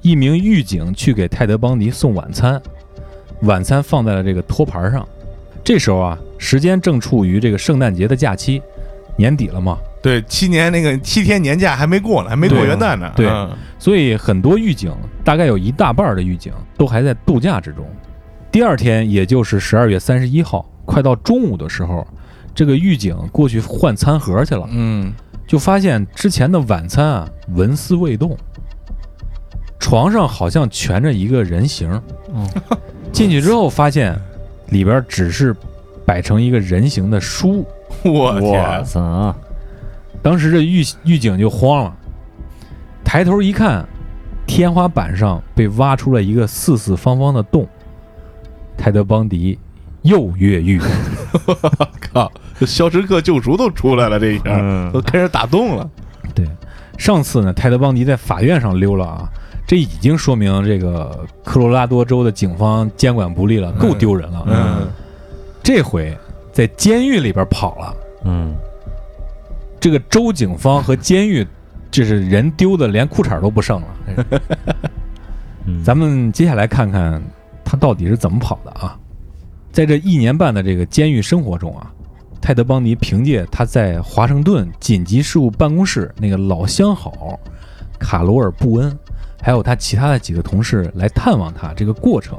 [SPEAKER 2] 一名狱警去给泰德·邦迪送晚餐，晚餐放在了这个托盘上。这时候啊，时间正处于这个圣诞节的假期，年底了嘛，
[SPEAKER 1] 对，七年那个七天年假还没过呢，还没过
[SPEAKER 2] 对
[SPEAKER 1] 元旦呢。
[SPEAKER 2] 对
[SPEAKER 1] 嗯
[SPEAKER 2] 所以很多狱警，大概有一大半儿的狱警都还在度假之中。第二天，也就是十二月三十一号，快到中午的时候，这个狱警过去换餐盒去了，
[SPEAKER 1] 嗯，
[SPEAKER 2] 就发现之前的晚餐啊纹丝未动，床上好像蜷着一个人形儿。
[SPEAKER 3] 嗯
[SPEAKER 2] 进去之后发现，里边只是摆成一个人形的书。
[SPEAKER 1] 我
[SPEAKER 3] 我
[SPEAKER 1] 天，
[SPEAKER 3] 操啊！
[SPEAKER 2] 当时这狱狱警就慌了，抬头一看，天花板上被挖出了一个四四方方的洞。泰德·邦迪又越狱，
[SPEAKER 1] 靠！这《肖申克救赎》都出来了，这一下、
[SPEAKER 3] 嗯
[SPEAKER 1] 都开始打洞了。
[SPEAKER 2] 对，上次呢，泰德·邦迪在法院上溜了啊，这已经说明这个科罗拉多州的警方监管不力了，够丢人了。
[SPEAKER 1] 嗯，
[SPEAKER 2] 这回在监狱里边跑了，
[SPEAKER 3] 嗯，
[SPEAKER 2] 这个州警方和监狱，这是人丢的连裤衩都不剩了。
[SPEAKER 3] 嗯
[SPEAKER 2] 咱们接下来看看他到底是怎么跑的啊？在这一年半的这个监狱生活中啊，泰德·邦迪凭借他在华盛顿紧急事务办公室那个老相好卡罗尔·布恩，还有他其他的几个同事来探望他这个过程，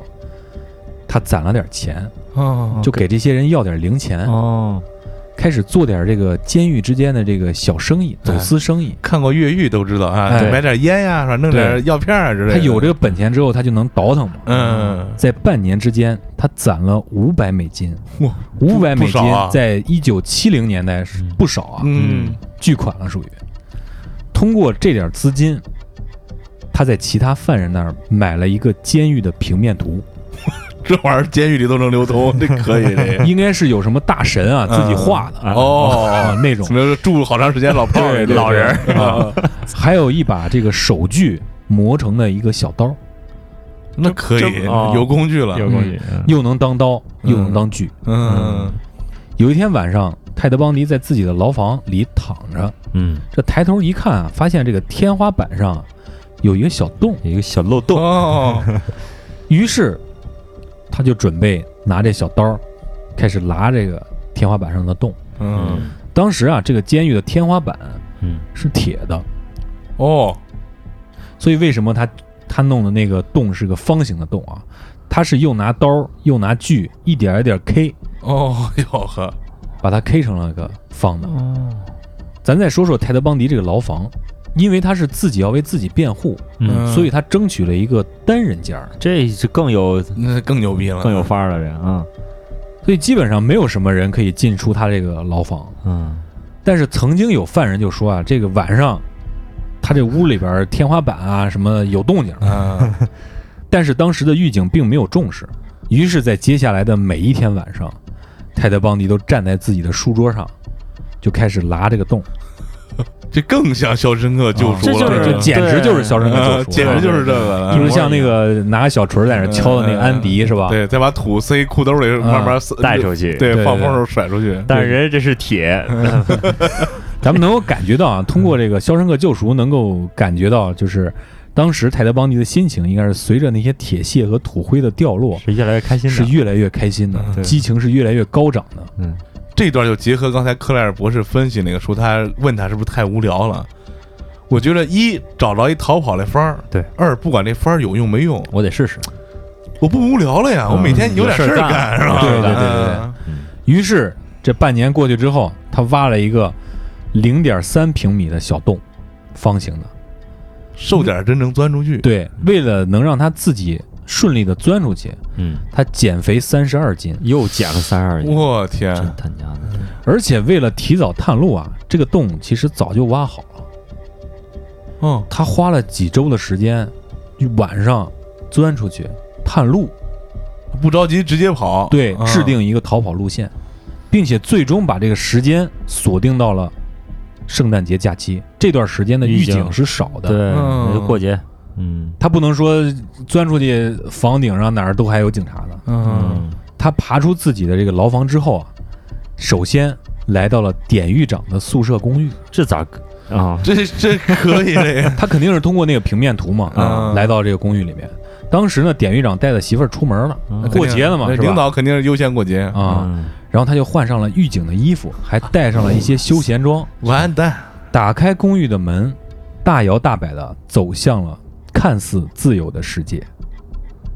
[SPEAKER 2] 他攒了点钱，
[SPEAKER 1] 哦，
[SPEAKER 2] 就给这些人要点零钱，
[SPEAKER 3] 哦，
[SPEAKER 2] 开始做点这个监狱之间的这个小生意、
[SPEAKER 1] 哎
[SPEAKER 2] 走私生意。
[SPEAKER 1] 看过越狱都知道啊，
[SPEAKER 2] 哎
[SPEAKER 1] 买点烟呀、是吧？弄点药片啊之类的。
[SPEAKER 2] 他有这个本钱之后，他就能倒腾嘛。
[SPEAKER 1] 嗯，
[SPEAKER 2] 在半年之间，他攒了五百美金，
[SPEAKER 1] 哇，
[SPEAKER 2] 五百美
[SPEAKER 1] 不
[SPEAKER 2] 金
[SPEAKER 1] 少啊
[SPEAKER 2] 在一九七零年代是不少啊，
[SPEAKER 1] 嗯
[SPEAKER 2] 巨款了属于。通过这点资金，他在其他犯人那儿买了一个监狱的平面图，
[SPEAKER 1] 这玩意儿监狱里都能流通，这可以这个。
[SPEAKER 2] 应该是有什么大神啊自己画的
[SPEAKER 1] 嗯
[SPEAKER 2] 啊
[SPEAKER 1] 哦，
[SPEAKER 2] 那种
[SPEAKER 1] 什，么住好长时间老炮儿
[SPEAKER 2] 对
[SPEAKER 1] 这
[SPEAKER 2] 对
[SPEAKER 1] 种
[SPEAKER 2] 对
[SPEAKER 1] 啊，
[SPEAKER 2] 还有一把这个手锯磨成的一个小刀，
[SPEAKER 1] 嗯那可以
[SPEAKER 3] 这哦
[SPEAKER 1] 有工具了。
[SPEAKER 3] 有
[SPEAKER 2] 工
[SPEAKER 3] 工
[SPEAKER 2] 具
[SPEAKER 3] 具，
[SPEAKER 2] 又能当刀又能当锯。
[SPEAKER 1] 嗯，
[SPEAKER 2] 有一天晚上，泰德·邦迪在自己的牢房里躺着，
[SPEAKER 3] 嗯，
[SPEAKER 2] 这抬头一看啊，发现这个天花板上啊有一个小洞。
[SPEAKER 3] 有一个小漏洞，
[SPEAKER 1] 哦，
[SPEAKER 2] 于是他就准备拿这小刀儿开始拉这个天花板上的洞。
[SPEAKER 1] 嗯，
[SPEAKER 2] 当时啊，这个监狱的天花板
[SPEAKER 3] 嗯
[SPEAKER 2] 是铁的，
[SPEAKER 1] 哦，
[SPEAKER 2] 所以为什么他他弄的那个洞是个方形的洞啊？他是又拿刀儿又拿锯一点儿一点儿 K，
[SPEAKER 1] 哦，哟呵，
[SPEAKER 2] 把它 K 成了个方的。
[SPEAKER 3] 哦，
[SPEAKER 2] 咱再说说泰德·邦迪这个牢房，因为他是自己要为自己辩护，
[SPEAKER 3] 嗯，
[SPEAKER 2] 所以他争取了一个单人间儿，
[SPEAKER 3] 这就更有
[SPEAKER 1] 那更牛逼了，
[SPEAKER 3] 更有范儿了，这，嗯
[SPEAKER 2] 所以基本上没有什么人可以进出他这个牢房。
[SPEAKER 3] 嗯，
[SPEAKER 2] 但是曾经有犯人就说啊，这个晚上他这屋里边天花板啊什么有动静，
[SPEAKER 1] 啊，
[SPEAKER 2] 但是当时的狱警并没有重视。于是，在接下来的每一天晚上，泰德·邦迪都站在自己的书桌上，就开始拉这个洞，
[SPEAKER 1] 这更像《肖申克救赎
[SPEAKER 2] 这》就
[SPEAKER 1] 了，
[SPEAKER 2] 是
[SPEAKER 1] 是
[SPEAKER 2] 就
[SPEAKER 1] 吧
[SPEAKER 2] 简直就是《肖申克
[SPEAKER 1] 啊
[SPEAKER 2] 救赎》
[SPEAKER 1] 简直就是这个了，
[SPEAKER 2] 就是像那个啊拿个小锤在那敲的那个安迪是吧？
[SPEAKER 1] 对，再把土塞裤兜里，慢慢
[SPEAKER 2] 嗯
[SPEAKER 1] 塞
[SPEAKER 3] 带出去，
[SPEAKER 1] 对
[SPEAKER 2] 对，
[SPEAKER 1] 放
[SPEAKER 2] 对
[SPEAKER 1] 风的时候甩出去。
[SPEAKER 3] 但是人家这是铁，
[SPEAKER 2] 咱们能够感觉到啊，通过这个《肖申克救赎》，能够感觉到就是当时泰德·邦迪的心情应该是随着那些铁屑和土灰的掉 落，
[SPEAKER 3] 是越来越开心
[SPEAKER 2] 是
[SPEAKER 3] 的，
[SPEAKER 2] 越来越开心
[SPEAKER 1] 嗯
[SPEAKER 2] 的，
[SPEAKER 3] 对
[SPEAKER 2] 激情是越来越高涨的。
[SPEAKER 3] 嗯
[SPEAKER 1] 这段就结合刚才克莱尔博士分析那个书，他问他是不是太无聊了？我觉得一找着一逃跑的方儿，
[SPEAKER 3] 对；
[SPEAKER 1] 二不管这方儿有用没用，
[SPEAKER 3] 我得试试，
[SPEAKER 1] 我不无聊了呀，我每
[SPEAKER 2] 嗯
[SPEAKER 1] 天有点
[SPEAKER 3] 有事
[SPEAKER 1] 儿
[SPEAKER 3] 儿
[SPEAKER 1] 干，是吧？
[SPEAKER 2] 对对对对
[SPEAKER 1] 嗯
[SPEAKER 2] 于是这半年过去之后，他挖了一个零点三平米的小洞，方形的。
[SPEAKER 1] 受点儿真能钻出去。
[SPEAKER 2] 对，为了能让他自己顺利的钻出去，
[SPEAKER 3] 嗯，
[SPEAKER 2] 他减肥三十二斤，
[SPEAKER 3] 又减了三二斤，
[SPEAKER 1] 我天，
[SPEAKER 3] 真他娘的，
[SPEAKER 2] 而且为了提早探路啊，这个洞其实早就挖好了。
[SPEAKER 1] 嗯，
[SPEAKER 2] 他花了几周的时间，晚上钻出去探路，
[SPEAKER 1] 不着急，直接跑。
[SPEAKER 2] 对，
[SPEAKER 1] 啊
[SPEAKER 2] 制定一个逃跑路线，并且最终把这个时间锁定到了圣诞节假期这段时间的狱
[SPEAKER 3] 狱
[SPEAKER 2] 警
[SPEAKER 3] 警
[SPEAKER 2] 是少的，
[SPEAKER 3] 对，
[SPEAKER 1] 嗯
[SPEAKER 3] 那就过节，嗯
[SPEAKER 2] 他不能说钻出去房顶上哪儿都还有警察呢。
[SPEAKER 1] 嗯，
[SPEAKER 2] 他爬出自己的这个牢房之后啊，首先来到了典狱长的宿舍公寓，
[SPEAKER 3] 这咋啊？
[SPEAKER 1] 这这可以这个，
[SPEAKER 2] 他肯定是通过那个平面图嘛，
[SPEAKER 1] 嗯
[SPEAKER 2] 来到这个公寓里面。当时呢，典狱长带着媳妇儿出门了，
[SPEAKER 3] 嗯
[SPEAKER 2] 过节了嘛，是吧
[SPEAKER 1] 领导肯定是优先过节。
[SPEAKER 2] 啊，然后他就换上了狱警的衣服，还带上了一些休闲装，
[SPEAKER 1] 完蛋，
[SPEAKER 2] 打开公寓的门，大摇大摆的走向了看似自由的世界，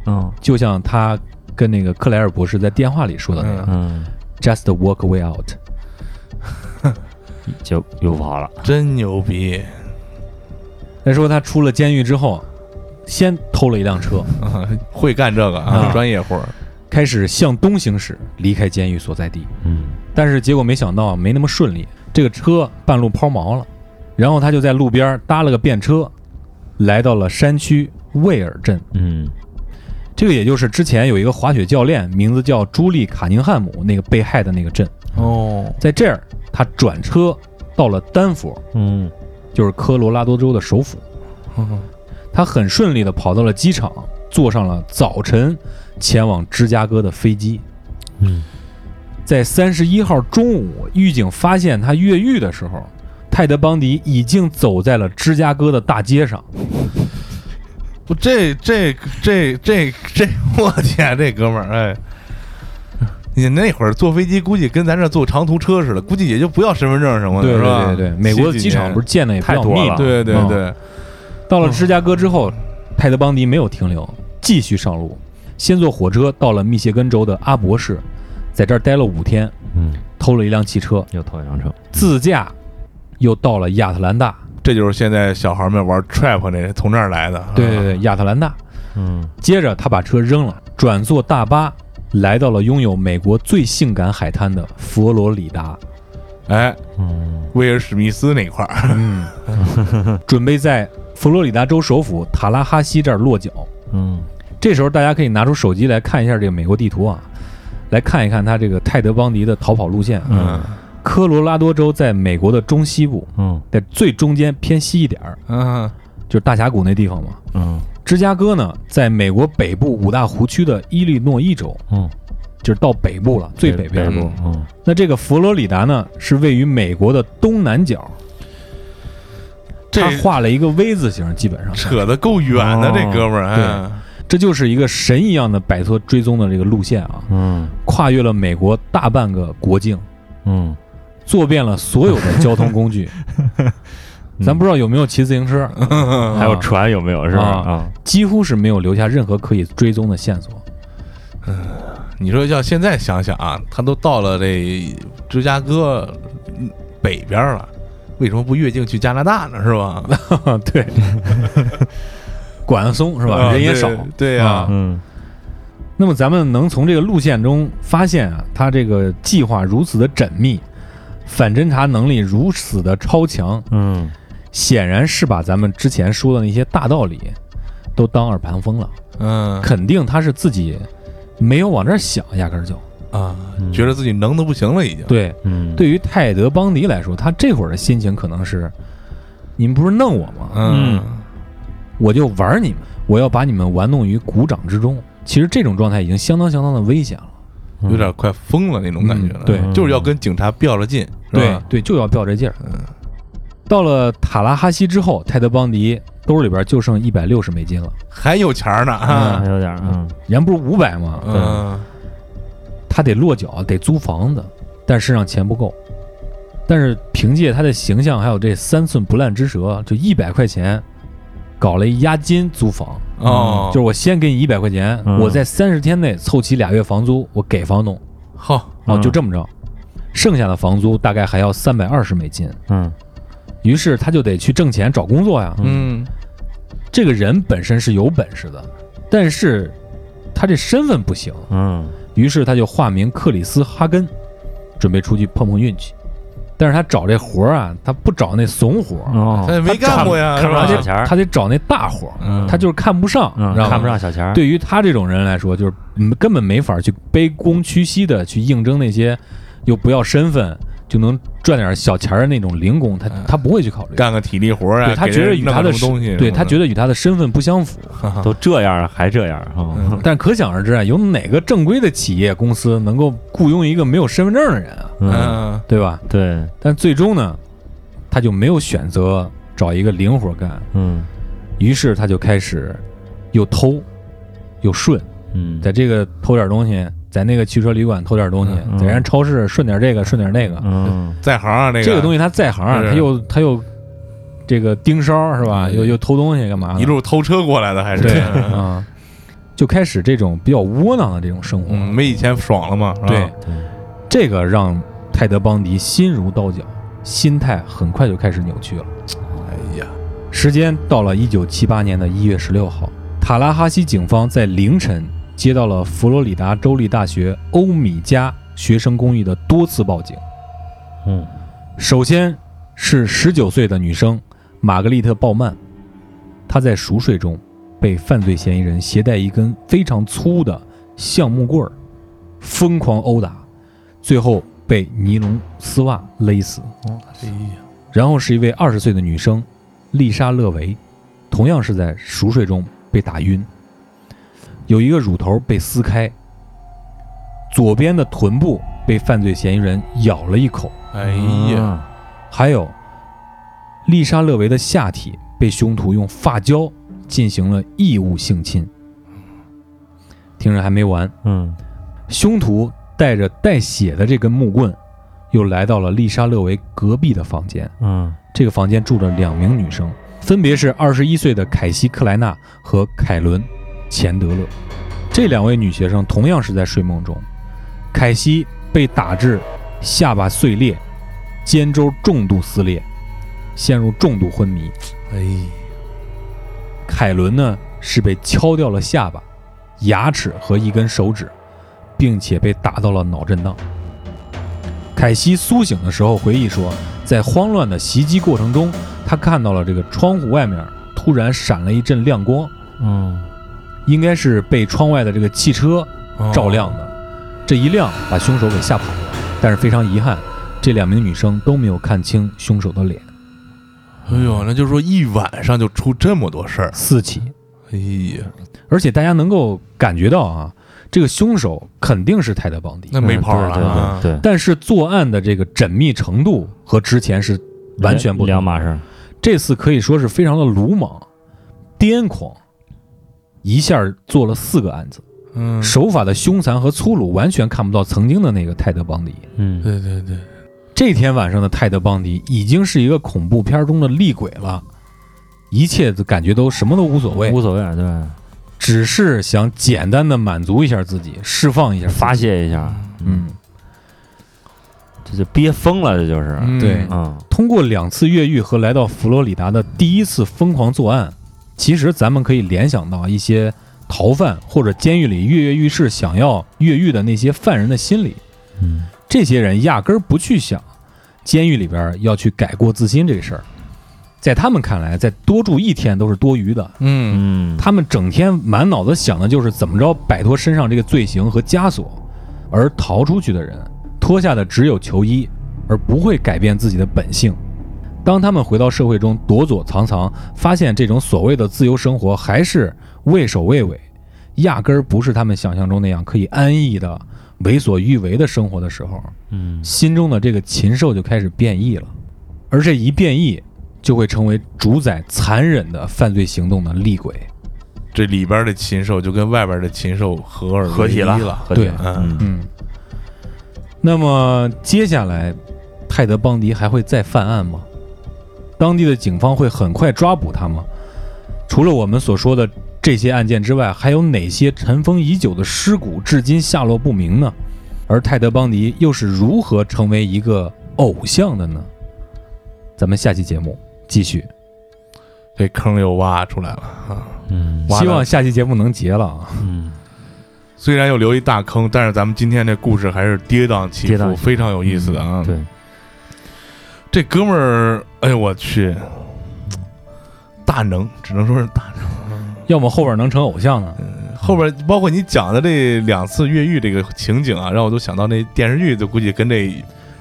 [SPEAKER 3] 嗯
[SPEAKER 2] 就像他跟那个克莱尔博士在电话里说的那样、
[SPEAKER 3] 嗯，
[SPEAKER 2] j u s t walk away out。
[SPEAKER 3] 就又不好了，
[SPEAKER 1] 真牛逼！
[SPEAKER 2] 再说他出了监狱之后，先偷了一辆车，
[SPEAKER 1] 啊会干这个
[SPEAKER 2] 啊
[SPEAKER 1] 啊，专业活儿。
[SPEAKER 2] 开始向东行驶，离开监狱所在地。
[SPEAKER 3] 嗯，
[SPEAKER 2] 但是结果没想到啊没那么顺利，这个车半路抛锚了，然后他就在路边搭了个便车，来到了山区魏尔镇。
[SPEAKER 3] 嗯，
[SPEAKER 2] 这个也就是之前有一个滑雪教练，名字叫朱莉卡宁汉姆，那个被害的那个镇，
[SPEAKER 1] 哦，
[SPEAKER 2] 在这儿他转车到了丹佛，
[SPEAKER 3] 嗯，
[SPEAKER 2] 就是科罗拉多州的首府。
[SPEAKER 1] 哦
[SPEAKER 2] 他很顺利地跑到了机场，坐上了早晨前往芝加哥的飞机。
[SPEAKER 3] 嗯，
[SPEAKER 2] 在三十一号中午，狱警发现他越狱的时候，泰德·邦迪已经走在了芝加哥的大街上。
[SPEAKER 1] 不，这这这这这，我天，这哥们儿，哎，你那会儿坐飞机估计跟咱这坐长途车似的，估计也就不要身份证什么的，
[SPEAKER 2] 对
[SPEAKER 1] 是吧？
[SPEAKER 2] 对对对，美国的机场不是建的也比较密
[SPEAKER 3] 太
[SPEAKER 2] 嘛？
[SPEAKER 3] 多
[SPEAKER 1] 对对
[SPEAKER 2] 嗯
[SPEAKER 1] 对，
[SPEAKER 2] 到了芝加哥之后，泰德·邦迪没有停留，继续上路，先坐火车到了密歇根州的阿伯市，在这儿待了五天，
[SPEAKER 3] 嗯，
[SPEAKER 2] 偷了一辆汽车，
[SPEAKER 3] 又偷羊城，
[SPEAKER 2] 自驾又到了亚特兰大。
[SPEAKER 1] 这就是现在小孩们玩 trap 那从这儿来的。
[SPEAKER 2] 对
[SPEAKER 1] 啊
[SPEAKER 2] 对对，亚特兰大。
[SPEAKER 3] 嗯
[SPEAKER 2] 接着他把车扔了，转坐大巴来到了拥有美国最性感海滩的佛罗里达，
[SPEAKER 1] 哎，
[SPEAKER 3] 嗯
[SPEAKER 1] 威尔史密斯那块 儿，
[SPEAKER 2] 准备在佛罗里达州首府塔拉哈西这儿落脚。
[SPEAKER 3] 嗯，
[SPEAKER 2] 这时候大家可以拿出手机来看一下这个美国地图啊，来看一看他这个泰德邦迪的逃跑路线啊。
[SPEAKER 1] 嗯
[SPEAKER 2] 科罗拉多州在美国的中西部，
[SPEAKER 3] 嗯
[SPEAKER 2] 在最中间偏西一点儿，
[SPEAKER 1] 嗯，
[SPEAKER 2] 就是大峡谷那地方嘛。
[SPEAKER 3] 嗯
[SPEAKER 2] 芝加哥呢，在美国北部五大湖区的伊利诺伊州，
[SPEAKER 3] 嗯，
[SPEAKER 2] 就是到北部了，最北边。
[SPEAKER 1] 北部
[SPEAKER 3] 嗯
[SPEAKER 2] 那这个佛罗里达呢，是位于美国的东南角，
[SPEAKER 1] 这
[SPEAKER 2] 它画了一个 V 字形，基本上
[SPEAKER 1] 扯得够远的，
[SPEAKER 3] 哦
[SPEAKER 1] 这哥们儿，哎，
[SPEAKER 2] 这就是一个神一样的摆脱追踪的这个路线啊，
[SPEAKER 3] 嗯
[SPEAKER 2] 跨越了美国大半个国境，
[SPEAKER 3] 嗯，
[SPEAKER 2] 坐遍了所有的交通工 具。咱不知道有没有骑自行车，
[SPEAKER 1] 嗯
[SPEAKER 3] 还有
[SPEAKER 2] 啊
[SPEAKER 3] 船有没有是吧？
[SPEAKER 2] 啊
[SPEAKER 3] 啊，
[SPEAKER 2] 几乎是没有留下任何可以追踪的线 索。
[SPEAKER 1] 你说要现在想想啊，他都到了这芝加哥嗯北边了，为什么不越境去加拿大呢？是吧？
[SPEAKER 2] 对，管得松 是吧？
[SPEAKER 1] 啊
[SPEAKER 2] 人也少。
[SPEAKER 1] 对对呀
[SPEAKER 2] 啊，
[SPEAKER 3] 嗯
[SPEAKER 2] 那么咱们能从这个路线中发现啊，他这个计划如此的缜密，反侦查能力如此的超强，
[SPEAKER 3] 嗯
[SPEAKER 2] 显然是把咱们之前说的那些大道理都当耳旁风了。
[SPEAKER 1] 嗯
[SPEAKER 2] 肯定他是自己没有往这儿想，压根儿就
[SPEAKER 1] 啊，觉得自己能的不行了，已经。
[SPEAKER 2] 对。
[SPEAKER 3] 嗯，
[SPEAKER 2] 对于泰德·邦迪来说，他这会儿的心情可能是：你们不是弄我吗？
[SPEAKER 1] 嗯，
[SPEAKER 2] 我就玩你们，我要把你们玩弄于股掌之中。其实这种状态已经相当相当的危险了。
[SPEAKER 3] 嗯
[SPEAKER 1] 有点快疯了那种感觉了。
[SPEAKER 2] 嗯对
[SPEAKER 1] 就是要跟警察飙了劲，是
[SPEAKER 2] 对
[SPEAKER 1] 吧？
[SPEAKER 2] 对，就要吊这劲儿。
[SPEAKER 1] 嗯
[SPEAKER 2] 到了塔拉哈西之后，泰德·邦迪兜里边就剩一百六十美金了，
[SPEAKER 1] 还有钱儿呢啊
[SPEAKER 3] 还！有点儿嗯
[SPEAKER 2] 人不是五百吗？
[SPEAKER 1] 嗯，
[SPEAKER 2] 他得落脚，得租房子，但身上钱不够。但是凭借他的形象，还有这三寸不烂之舌，就一百块钱搞了一押金租房。
[SPEAKER 1] 哦，
[SPEAKER 2] 嗯就是我先给你一百块钱，
[SPEAKER 3] 嗯
[SPEAKER 2] 我在三十天内凑齐俩月房租，我给房东。
[SPEAKER 1] 好，
[SPEAKER 2] 哦，
[SPEAKER 3] 嗯
[SPEAKER 2] 就这么着，剩下的房租大概还要三百二十美金。
[SPEAKER 3] 嗯
[SPEAKER 2] 于是他就得去挣钱找工作呀。
[SPEAKER 1] 嗯
[SPEAKER 2] 这个人本身是有本事的，但是他这身份不行，
[SPEAKER 3] 嗯
[SPEAKER 2] 于是他就化名克里斯·哈根，准备出去碰碰运气。但是他找这活儿啊，他不找那怂活儿，
[SPEAKER 1] 他
[SPEAKER 3] 哦，
[SPEAKER 1] 也没干过呀，
[SPEAKER 3] 看
[SPEAKER 1] 是
[SPEAKER 3] 不上
[SPEAKER 1] 吧？
[SPEAKER 3] 小钱儿，
[SPEAKER 2] 他得找那大活儿，
[SPEAKER 1] 嗯
[SPEAKER 2] 他就是看不上，
[SPEAKER 3] 嗯
[SPEAKER 2] 知道吗
[SPEAKER 3] 看不上小钱儿，
[SPEAKER 2] 对于他这种人来说，就是嗯根本没法去卑躬屈膝的去应征那些又不要身份就能赚点小钱儿的那种零工，他
[SPEAKER 1] 嗯
[SPEAKER 2] 他不会去考虑。
[SPEAKER 1] 干个体力活儿啊，
[SPEAKER 2] 对他
[SPEAKER 1] 给
[SPEAKER 2] 觉得
[SPEAKER 1] 人
[SPEAKER 2] 与
[SPEAKER 1] 弄
[SPEAKER 2] 他的
[SPEAKER 1] 个什么东西，
[SPEAKER 2] 对他觉得与他的身份不相符，
[SPEAKER 1] 得
[SPEAKER 3] 都这样了还这样啊，
[SPEAKER 2] 但可想而知啊，有哪个正规的企业公司能够雇佣一个没有身份证的人啊，
[SPEAKER 3] 嗯，
[SPEAKER 1] 嗯
[SPEAKER 2] 对吧？
[SPEAKER 3] 对，
[SPEAKER 2] 但最终呢，他就没有选择找一个零活干，
[SPEAKER 3] 嗯
[SPEAKER 2] 于是他就开始又偷又顺，
[SPEAKER 3] 嗯，
[SPEAKER 2] 在这个偷点东西，在那个汽车旅馆偷点东西，
[SPEAKER 3] 嗯
[SPEAKER 2] 在人家超市顺点这个顺点那个，
[SPEAKER 3] 嗯
[SPEAKER 1] 在行啊，那
[SPEAKER 2] 这个
[SPEAKER 1] 个
[SPEAKER 2] 东西他在行啊，
[SPEAKER 1] 是
[SPEAKER 2] 他又他又这个盯梢是吧？
[SPEAKER 1] 嗯
[SPEAKER 2] 又又偷东西干嘛的？
[SPEAKER 1] 一路偷车过来的，还是嗯
[SPEAKER 2] 对啊，就开始这种比较窝囊的这种生活。
[SPEAKER 1] 嗯，没嗯以前爽了嘛，是吧
[SPEAKER 2] 对，
[SPEAKER 3] 对
[SPEAKER 2] 这个让泰德邦迪心如刀绞，心态很快就开始扭曲了。
[SPEAKER 1] 哎呀，
[SPEAKER 2] 时间到了一九七八年的一月十六号，塔拉哈西警方在凌晨接到了佛罗里达州立大学欧米茄学生公寓的多次报警。
[SPEAKER 3] 嗯，
[SPEAKER 2] 首先是十九岁的女生玛格丽特·鲍曼，她在熟睡中被犯罪嫌疑人携带一根非常粗的橡木棍儿疯狂殴打，最后被尼龙丝袜勒死。
[SPEAKER 1] 哎呀，
[SPEAKER 2] 然后是一位二十岁的女生丽莎·勒维，同样是在熟睡中被打晕，有一个乳头被撕开，左边的臀部被犯罪嫌疑人咬了一口，
[SPEAKER 1] 哎呀，
[SPEAKER 3] 啊，
[SPEAKER 2] 还有丽莎·勒维的下体被凶徒用发胶进行了异物性侵。听着还没完，
[SPEAKER 3] 嗯，
[SPEAKER 2] 凶徒带着带血的这根木棍，又来到了丽莎·勒维隔壁的房间。
[SPEAKER 3] 嗯，
[SPEAKER 2] 这个房间住着两名女生，分别是二十一岁的凯西·克莱纳和凯伦·钱德勒。这两位女学生同样是在睡梦中，凯西被打至下巴碎裂，肩周重度撕裂，陷入重度昏迷。
[SPEAKER 1] 哎呀，
[SPEAKER 2] 凯伦呢是被敲掉了下巴、牙齿和一根手指，并且被打到了脑震荡。凯西苏醒的时候回忆说，在慌乱的袭击过程中，他看到了这个窗户外面突然闪了一阵亮光，
[SPEAKER 3] 嗯，
[SPEAKER 2] 应该是被窗外的这个汽车
[SPEAKER 1] 哦
[SPEAKER 2] 照亮的。这一亮把凶手给吓跑了，但是非常遗憾，这两名女生都没有看清凶手的脸。
[SPEAKER 1] 哎呦，那就是说一晚上就出这么多事儿，
[SPEAKER 2] 四起，
[SPEAKER 1] 哎呀，
[SPEAKER 2] 而且大家能够感觉到啊，这个凶手肯定是泰德·邦迪，
[SPEAKER 1] 那没跑了啊
[SPEAKER 3] 对，对对
[SPEAKER 2] 但是作案的这个缜密程度和之前是
[SPEAKER 3] 对，
[SPEAKER 2] 完全不
[SPEAKER 3] 哎两
[SPEAKER 2] 同。
[SPEAKER 3] 码事儿。
[SPEAKER 2] 这次可以说是非常的鲁莽、癫狂，一下做了四个案子，
[SPEAKER 1] 嗯，
[SPEAKER 2] 手法的凶残和粗鲁完全看不到曾经的那个泰德·邦迪。
[SPEAKER 3] 嗯，
[SPEAKER 1] 对对对，
[SPEAKER 2] 这天晚上的泰德·邦迪已经是一个恐怖片中的厉鬼了，一切都感觉都什么都无所谓，
[SPEAKER 3] 无所谓，对，
[SPEAKER 2] 只是想简单的满足一下自己，释放一下自己
[SPEAKER 3] 发。泄一下，
[SPEAKER 2] 嗯，
[SPEAKER 3] 这就憋疯了，这就是，
[SPEAKER 1] 嗯
[SPEAKER 2] 对
[SPEAKER 3] 嗯
[SPEAKER 2] 通过两次越狱和来到佛罗里达的第一次疯狂作案，其实咱们可以联想到一些逃犯或者监狱里跃跃欲试想要越狱的那些犯人的心理。
[SPEAKER 3] 嗯
[SPEAKER 2] 这些人压根儿不去想监狱里边要去改过自新这个事儿，在他们看来，再多住一天都是多余的。
[SPEAKER 1] 嗯，
[SPEAKER 3] 嗯，
[SPEAKER 2] 他们整天满脑子想的就是怎么着摆脱身上这个罪行和枷锁，而逃出去的人脱下的只有球衣，而不会改变自己的本性。当他们回到社会中躲躲藏藏，发现这种所谓的自由生活还是畏首畏尾，压根儿不是他们想象中那样可以安逸的、为所欲为的生活的时候，
[SPEAKER 3] 嗯
[SPEAKER 2] 心中的这个禽兽就开始变异了，而这一变异就会成为主宰残忍的犯罪行动的厉鬼。
[SPEAKER 1] 这里边的禽兽就跟外边的禽兽合而
[SPEAKER 3] 合体
[SPEAKER 1] 了
[SPEAKER 3] 了，
[SPEAKER 1] 了，
[SPEAKER 3] 合体
[SPEAKER 2] 对
[SPEAKER 3] 了
[SPEAKER 1] 嗯
[SPEAKER 2] 嗯，那么接下来，泰德·邦迪还会再犯案吗？当地的警方会很快抓捕他吗？除了我们所说的这些案件之外，还有哪些尘封已久的尸骨至今下落不明呢？而泰德·邦迪又是如何成为一个偶像的呢？咱们下期节目继续，
[SPEAKER 1] 这坑又挖出来了啊。
[SPEAKER 3] 嗯
[SPEAKER 1] 挖
[SPEAKER 2] 希
[SPEAKER 1] 的
[SPEAKER 2] 望下期节目能结了啊！
[SPEAKER 3] 嗯，
[SPEAKER 1] 虽然又留一大坑，但是咱们今天这故事还是跌宕起
[SPEAKER 3] 跌宕
[SPEAKER 1] 伏，
[SPEAKER 3] 起伏
[SPEAKER 1] 非常有意思的啊。
[SPEAKER 3] 嗯对，
[SPEAKER 1] 这哥们儿，哎呦我去，大能，只能说是大能。
[SPEAKER 2] 要么后边能成偶像呢？
[SPEAKER 1] 后边包括你讲的这两次越狱这个情景啊，让我都想到那电视剧，就估计跟这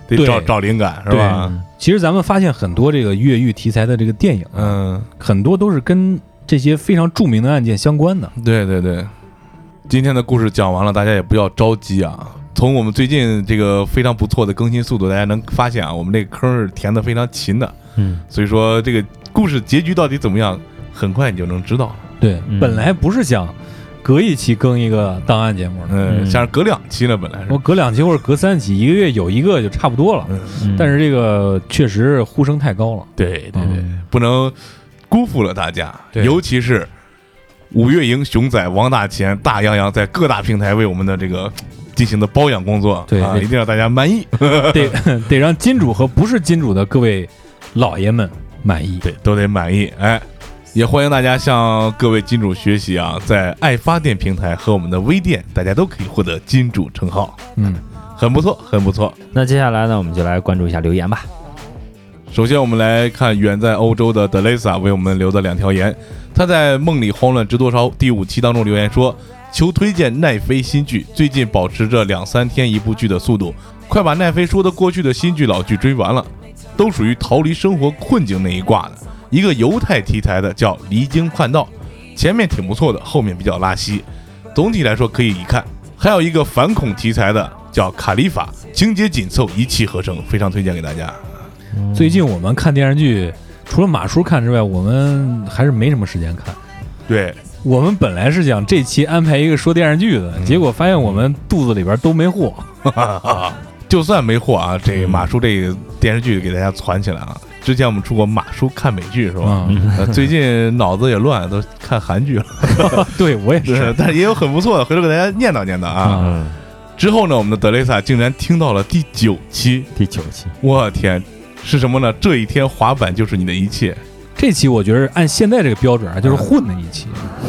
[SPEAKER 1] 得
[SPEAKER 2] 对
[SPEAKER 1] 找找灵感是吧？
[SPEAKER 2] 其实咱们发现很多这个越狱题材的这个电影啊，
[SPEAKER 1] 嗯，
[SPEAKER 2] 很多都是跟这些非常著名的案件相关的。
[SPEAKER 1] 对对对，今天的故事讲完了，大家也不要着急啊。从我们最近这个非常不错的更新速度，大家能发现啊，我们这个坑是填的非常勤的，
[SPEAKER 3] 嗯
[SPEAKER 1] 所以说这个故事结局到底怎么样，很快你就能知道了。
[SPEAKER 2] 对，
[SPEAKER 3] 嗯
[SPEAKER 2] 本来不是想隔一期更一个档案节目的，
[SPEAKER 1] 嗯，
[SPEAKER 3] 嗯
[SPEAKER 1] 像是隔两期呢，本来是
[SPEAKER 2] 我，隔两期或者隔三期，一个月有一个就差不多了。
[SPEAKER 1] 嗯，
[SPEAKER 3] 嗯，
[SPEAKER 2] 但是这个确实呼声太高 了，
[SPEAKER 1] 对对对，
[SPEAKER 3] 嗯
[SPEAKER 1] 不能辜负了大家，
[SPEAKER 2] 对
[SPEAKER 1] 尤其是五月营熊仔王大钱、大洋洋在各大平台为我们的这个进行的包养工作，
[SPEAKER 2] 对
[SPEAKER 1] 啊，
[SPEAKER 2] 对
[SPEAKER 1] 一定让大家满意。
[SPEAKER 2] 得得让金主和不是金主的各位老爷们满意。
[SPEAKER 1] 对，都得满意。哎，也欢迎大家向各位金主学习啊，在爱发电平台和我们的微店，大家都可以获得金主称号，
[SPEAKER 2] 嗯，
[SPEAKER 1] 很不错，很不错。
[SPEAKER 3] 那接下来呢，我们就来关注一下留言吧。
[SPEAKER 1] 首先，我们来看远在欧洲的德雷萨为我们留的两条言。他在《梦里慌乱知多少》第五期当中留言说：“求推荐奈飞新剧，最近保持着两三天一部剧的速度，快把奈飞说得过去的新剧老剧追完了，都属于逃离生活困境那一挂的。一个犹太题材的叫《离经叛道》，前面挺不错的，后面比较拉稀，总体来说可以一看。还有一个反恐题材的叫《卡利法》，情节紧凑，一气呵成，非常推荐给大家。”
[SPEAKER 3] 嗯
[SPEAKER 2] 最近我们看电视剧，除了马叔看之外，我们还是没什么时间看。
[SPEAKER 1] 对，
[SPEAKER 2] 我们本来是想这期安排一个说电视剧的，结果发现我们肚子里边都没货。
[SPEAKER 1] 就算没货啊，这个马叔这个电视剧给大家攒起来啊。之前我们出过马叔看美剧是吧？
[SPEAKER 2] 嗯，
[SPEAKER 1] 呃最近脑子也乱，都看韩剧了。
[SPEAKER 2] 对我也是。
[SPEAKER 1] 但是也有很不错的，回头给大家念叨念叨啊。
[SPEAKER 3] 嗯，
[SPEAKER 1] 之后呢，我们的德雷萨竟然听到了第九期，
[SPEAKER 3] 第九期，
[SPEAKER 1] 我天，是什么呢？这一天滑板就是你的一切
[SPEAKER 2] 这期我觉得按现在这个标准啊，
[SPEAKER 1] 嗯
[SPEAKER 2] 就是混的一期，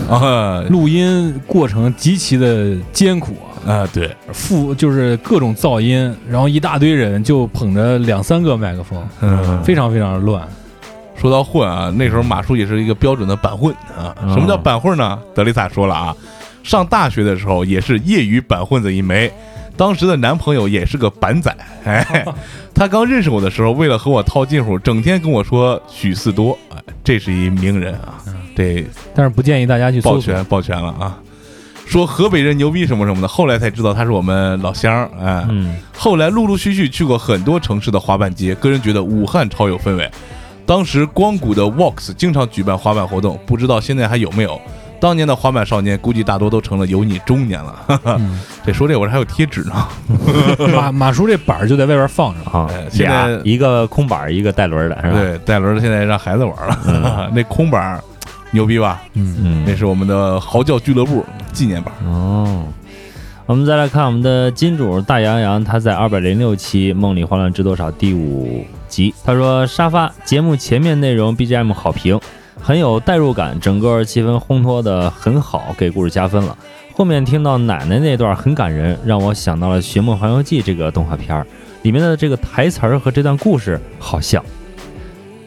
[SPEAKER 1] 啊
[SPEAKER 2] 录音过程极其的艰苦啊，
[SPEAKER 1] 啊！对，
[SPEAKER 2] 复就是各种噪音，然后一大堆人就捧着两三个麦克风，
[SPEAKER 1] 嗯，
[SPEAKER 2] 非常非常的乱。
[SPEAKER 1] 说到混啊，那时候马叔也是一个标准的板混啊。
[SPEAKER 3] 嗯
[SPEAKER 1] 什么叫板混呢？德丽萨说了啊，上大学的时候也是业余板混子一枚，当时的男朋友也是个板仔。哎，他刚认识我的时候，为了和我套近乎，整天跟我说许四多，哎，这是一名人啊，这
[SPEAKER 2] 但是不建议大家去
[SPEAKER 1] 抱
[SPEAKER 2] 搜索。
[SPEAKER 1] 拳抱拳了啊。说河北人牛逼什么什么的，后来才知道他是我们老乡儿，哎，
[SPEAKER 3] 嗯，
[SPEAKER 1] 后来陆陆续续去过很多城市的滑板节，个人觉得武汉超有氛围。当时光谷的 Walks 经常举办滑板活动，不知道现在还有没有。当年的滑板少年估计大多都成了油腻中年了。 哈哈，
[SPEAKER 2] 嗯
[SPEAKER 1] 这说这我这还有贴纸 呢，
[SPEAKER 2] 马马叔这板儿就在外边放着，
[SPEAKER 3] 好
[SPEAKER 1] 哎，现
[SPEAKER 3] 俩
[SPEAKER 1] 在
[SPEAKER 3] 一个空板儿，一个带轮儿的，是吧？
[SPEAKER 1] 对，带轮儿的现在让孩子玩了。哈哈 那空板儿牛逼吧？
[SPEAKER 2] 嗯，
[SPEAKER 3] 嗯，
[SPEAKER 1] 那是我们的嚎叫俱乐部纪念版。
[SPEAKER 3] 哦，我们再来看我们的金主大洋洋，他在二百零六期《梦里花乱知多少》第五集，他说沙发节目前面内容 BGM 好评，很有代入感，整个气氛烘托的很好，给故事加分了。后面听到奶奶那段很感人，让我想到了《寻梦环游记》这个动画片儿里面的这个台词儿和这段故事好像。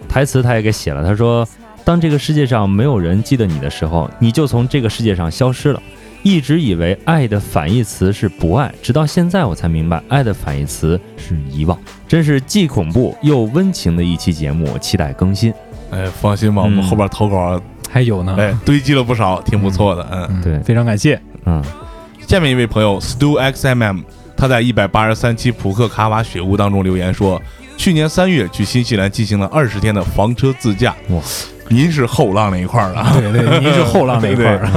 [SPEAKER 3] 台词他也给写了，他说：“当这个世界上没有人记得你的时候，你就从这个世界上消失了。”一直以为爱的反义词是不爱，直到现在我才明白，爱的反义词是遗忘。真是既恐怖又温情的一期节目，期待更新。
[SPEAKER 1] 哎，放心吧，我们
[SPEAKER 3] 嗯
[SPEAKER 1] 后边投稿
[SPEAKER 2] 还有呢，
[SPEAKER 1] 哎堆积了不少，挺不错的。嗯，
[SPEAKER 2] 嗯
[SPEAKER 3] 对
[SPEAKER 2] 非常感谢。
[SPEAKER 3] 嗯，
[SPEAKER 1] 下面一位朋友 Stu XMM，他在一百八十三期普克卡瓦雪屋当中留言说，去年三月去新西兰进行了二十天的房车自驾。
[SPEAKER 3] 哇，
[SPEAKER 1] 您是后浪那一块儿的啊。
[SPEAKER 2] 对对，您是后 浪那一 块儿，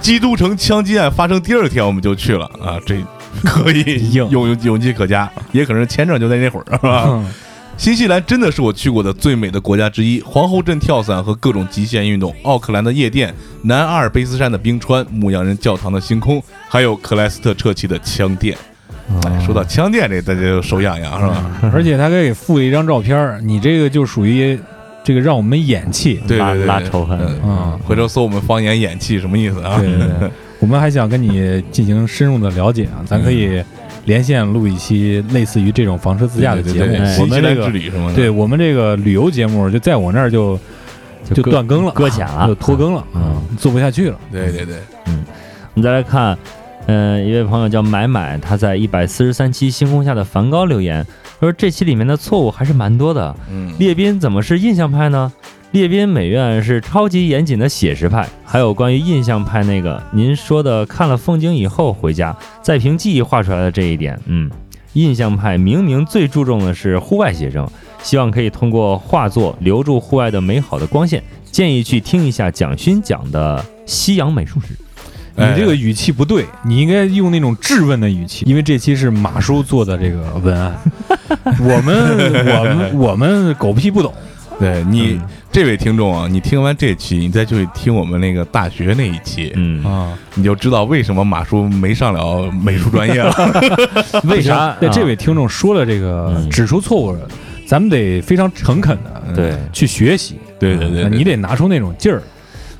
[SPEAKER 1] 基督城枪击案发生第二天我们就去了啊，这可以
[SPEAKER 2] 硬
[SPEAKER 1] 勇勇勇气可嘉，也可能是签证就在那会儿，是吧？
[SPEAKER 2] 嗯
[SPEAKER 1] 新西兰真的是我去过的最美的国家之一，皇后镇跳伞和各种极限运动，奥克兰的夜店，南阿尔卑斯山的冰川，牧羊人教堂的星空，还有克莱斯特彻奇的枪店。哎，说到枪店这，大家就手痒痒是吧？
[SPEAKER 2] 而且他给附了一张照片儿，你这个就属于这个让我们演气
[SPEAKER 1] 对
[SPEAKER 3] 拉
[SPEAKER 1] 对对，
[SPEAKER 3] 拉仇恨
[SPEAKER 1] 嗯
[SPEAKER 2] 啊。
[SPEAKER 1] 回头搜我们方言演气什么意思啊？
[SPEAKER 2] 对对对，我们还想跟你进行深入的了解啊，咱可以连线录一期类似于这种房车自驾的
[SPEAKER 1] 对
[SPEAKER 2] 节
[SPEAKER 1] 对对
[SPEAKER 2] 目
[SPEAKER 1] 对。
[SPEAKER 2] 我
[SPEAKER 1] 新西
[SPEAKER 2] 们
[SPEAKER 1] 兰
[SPEAKER 2] 这
[SPEAKER 1] 之
[SPEAKER 2] 个，
[SPEAKER 1] 旅什么的。
[SPEAKER 2] 对我们这个旅游节目，就在我那儿就就
[SPEAKER 3] 搁
[SPEAKER 2] 断更了，
[SPEAKER 3] 搁浅了
[SPEAKER 2] 就拖更了，
[SPEAKER 3] 嗯
[SPEAKER 2] 做不下去了。
[SPEAKER 1] 对对对，
[SPEAKER 3] 我们再来看，嗯、一位朋友叫买买，他在一百四十三期《星空下的梵高》留言，他说这期里面的错误还是蛮多的。
[SPEAKER 1] 嗯，
[SPEAKER 3] 列宾怎么是印象派呢？列宾美院是超级严谨的写实派，还有关于印象派那个您说的看了风景以后回家再凭记忆画出来的这一点，嗯，印象派明明最注重的是户外写生，希望可以通过画作留住户外的美好的光线。建议去听一下蒋勋讲的《西洋美术史》。
[SPEAKER 2] 你
[SPEAKER 1] 哎
[SPEAKER 2] 这个语气不对，你应该用那种质问的语气，因为这期是马叔做的这个文案，我们我们我们狗屁不懂，
[SPEAKER 1] 对你这位听众啊，你听完这期，你再去听我们那个大学那一期，
[SPEAKER 3] 嗯，
[SPEAKER 2] 啊，
[SPEAKER 1] 你就知道为什么马叔没上了美术专业了。
[SPEAKER 3] 为啥？
[SPEAKER 1] 啊
[SPEAKER 2] 那这位听众说了这个
[SPEAKER 3] 嗯
[SPEAKER 2] 指出错误了，咱们得非常诚恳的嗯
[SPEAKER 3] 对
[SPEAKER 2] 去学习，啊
[SPEAKER 1] 对对对对
[SPEAKER 2] 你得拿出那种劲儿。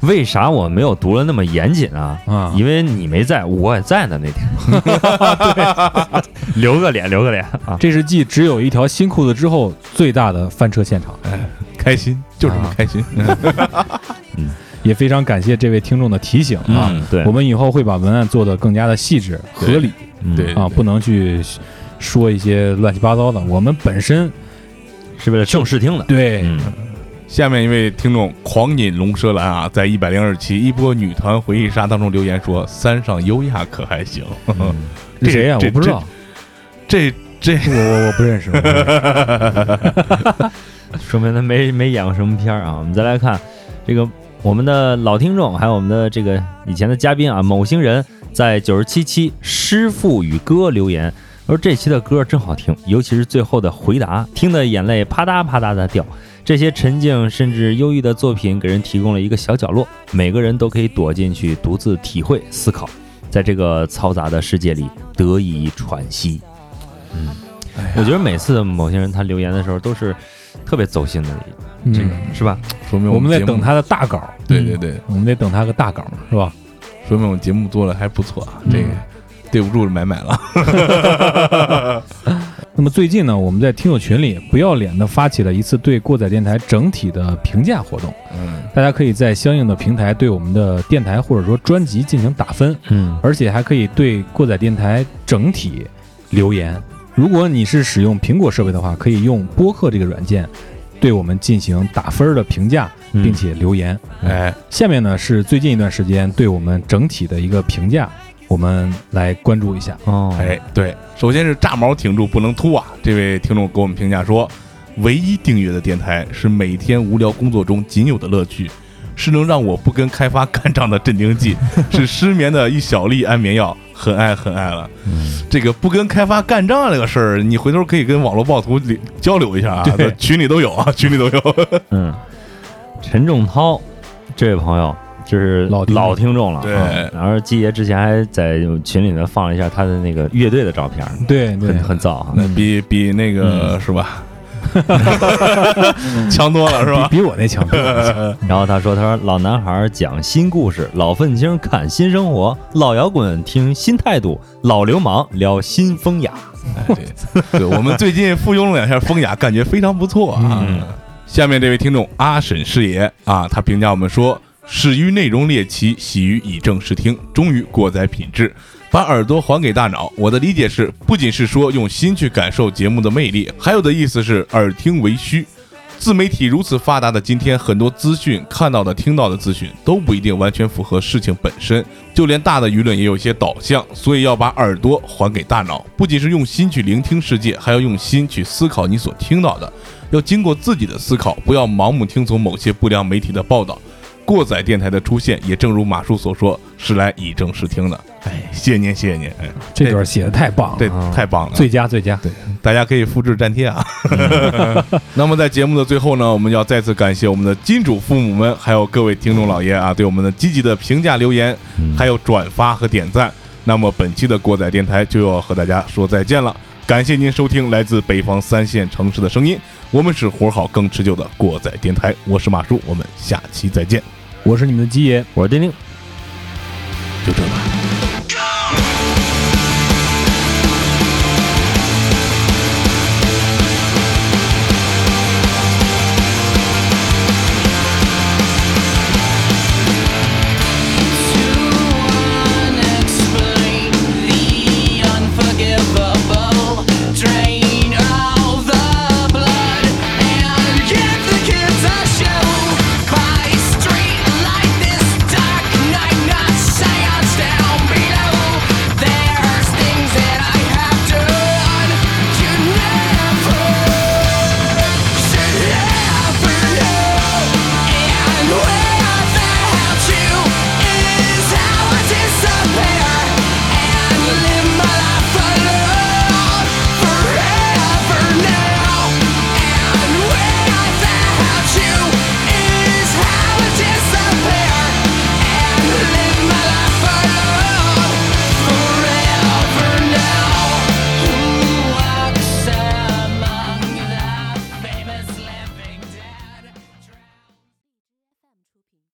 [SPEAKER 3] 为啥我没有读了那么严谨啊？
[SPEAKER 2] 啊，
[SPEAKER 1] 嗯
[SPEAKER 3] 因为你没在，我也在呢那天。 对，留个脸，留个脸啊！
[SPEAKER 2] 这是继只有一条新裤子之后最大的翻车现场，
[SPEAKER 1] 开心就是这么开
[SPEAKER 2] 啊
[SPEAKER 1] 心。嗯
[SPEAKER 2] 也非常感谢这位听众的提醒啊。
[SPEAKER 3] 嗯，对，
[SPEAKER 2] 我们以后会把文案做得更加的细致合理
[SPEAKER 3] 嗯
[SPEAKER 1] 对
[SPEAKER 2] 啊，不能去说一些乱七八糟的。我们本身
[SPEAKER 3] 是为了正视听的。
[SPEAKER 2] 对、
[SPEAKER 3] 嗯，
[SPEAKER 1] 下面一位听众狂饮龙舌兰啊，在一百零二期一波女团回忆杀当中留言说：“三上优雅可还行？”
[SPEAKER 3] 嗯
[SPEAKER 2] 是谁
[SPEAKER 1] 嗯
[SPEAKER 2] 呀、啊
[SPEAKER 1] 这
[SPEAKER 2] 我不知道，
[SPEAKER 1] 这这
[SPEAKER 2] 我我我不认识。我不认 识
[SPEAKER 3] 说明他没没演过什么片儿啊。我们再来看这个我们的老听众，还有我们的这个以前的嘉宾啊，某星人在九十七期《师傅与歌》留言，他说这期的歌真好听，尤其是最后的回答，听得眼泪啪嗒啪嗒的掉。这些沉静甚至忧郁的作品，给人提供了一个小角落，每个人都可以躲进去，独自体会、思考，在这个嘈杂的世界里得以喘息。嗯，我觉得每次某些人他留言的时候，都是特别走心的这个
[SPEAKER 2] 嗯，
[SPEAKER 3] 是吧？
[SPEAKER 1] 说明
[SPEAKER 2] 我们
[SPEAKER 1] 在
[SPEAKER 2] 得等。他嗯的大稿，
[SPEAKER 1] 对对对，
[SPEAKER 2] 我们得等他个大稿，是吧？
[SPEAKER 1] 说明我们节目做的还不错啊。这个
[SPEAKER 2] 嗯
[SPEAKER 1] 对不住买买了，
[SPEAKER 2] 那么最近呢，我们在听友群里不要脸的发起了一次对过载电台整体的评价活动，
[SPEAKER 1] 嗯，
[SPEAKER 2] 大家可以在相应的平台对我们的电台或者说专辑进行打分，
[SPEAKER 3] 嗯
[SPEAKER 2] 而且还可以对过载电台整体留言。如果你是使用苹果设备的话，可以用播客这个软件对我们进行打分的评价，
[SPEAKER 3] 嗯
[SPEAKER 2] 并且留言。
[SPEAKER 1] 哎，
[SPEAKER 2] 下面呢是最近一段时间对我们整体的一个评价，我们来关注一下。
[SPEAKER 3] 哦，
[SPEAKER 1] 哎，对，首先是炸毛挺住不能秃啊！这位听众给我们评价说，唯一订阅的电台是每天无聊工作中仅有的乐趣，是能让我不跟开发干仗的镇定 剂，是失眠的一小粒安眠药，很爱很爱了。
[SPEAKER 3] 嗯
[SPEAKER 1] 这个不跟开发干仗这个事儿，你回头可以跟网络暴徒里交流一下啊，
[SPEAKER 2] 对
[SPEAKER 1] 群里都有 啊，群里都有。
[SPEAKER 3] 嗯，陈仲涛这位朋友就是
[SPEAKER 2] 老听众
[SPEAKER 3] 老听众了啊，
[SPEAKER 1] 对
[SPEAKER 3] 然后季爷之前还在群里面放了一下他的那个乐队的照片，
[SPEAKER 2] 对对
[SPEAKER 3] 很，很燥啊。
[SPEAKER 1] 那比比那个、是吧，嗯 强多了是吧？
[SPEAKER 2] 比比我那 强。
[SPEAKER 3] 然后他说：“他说老男孩讲新故事，老愤青看新生活，老摇滚听新态度，老流氓聊新风雅。
[SPEAKER 1] 哎对，对我们最近附庸了两下风雅，感觉非常不错啊。
[SPEAKER 3] 嗯
[SPEAKER 1] 下面这位听众阿婶师爷啊，他评价我们说：“始于内容猎奇，喜于以正视听，忠于过载品质。”把耳朵还给大脑。我的理解是，不仅是说用心去感受节目的魅力，还有的意思是耳听为虚。自媒体如此发达的今天，很多资讯看到的、听到的资讯都不一定完全符合事情本身，就连大的舆论也有一些导向，所以要把耳朵还给大脑，不仅是用心去聆听世界，还要用心去思考你所听到的，要经过自己的思考，不要盲目听从某些不良媒体的报道。过载电台的出现，也正如马叔所说，是来以正视听的。哎，谢谢您，谢谢您，哎，
[SPEAKER 2] 这段写的太棒了，
[SPEAKER 1] 这
[SPEAKER 3] 啊
[SPEAKER 1] 太棒了，
[SPEAKER 2] 最佳最佳。对，
[SPEAKER 1] 大家可以复制粘贴啊。 那么在节目的最后呢，我们要再次感谢我们的金主父母们，还有各位听众老爷啊，对我们的积极的评价、留言，还有转发和点赞。那么本期的过载电台就要和大家说再见了，感谢您收听来自北方三线城市的声音，我们是活好更持久的过载电台，我是马叔，我们下期再见，
[SPEAKER 2] 我是你们的鸡爷。
[SPEAKER 3] 我是丁丁。
[SPEAKER 1] 就这吧。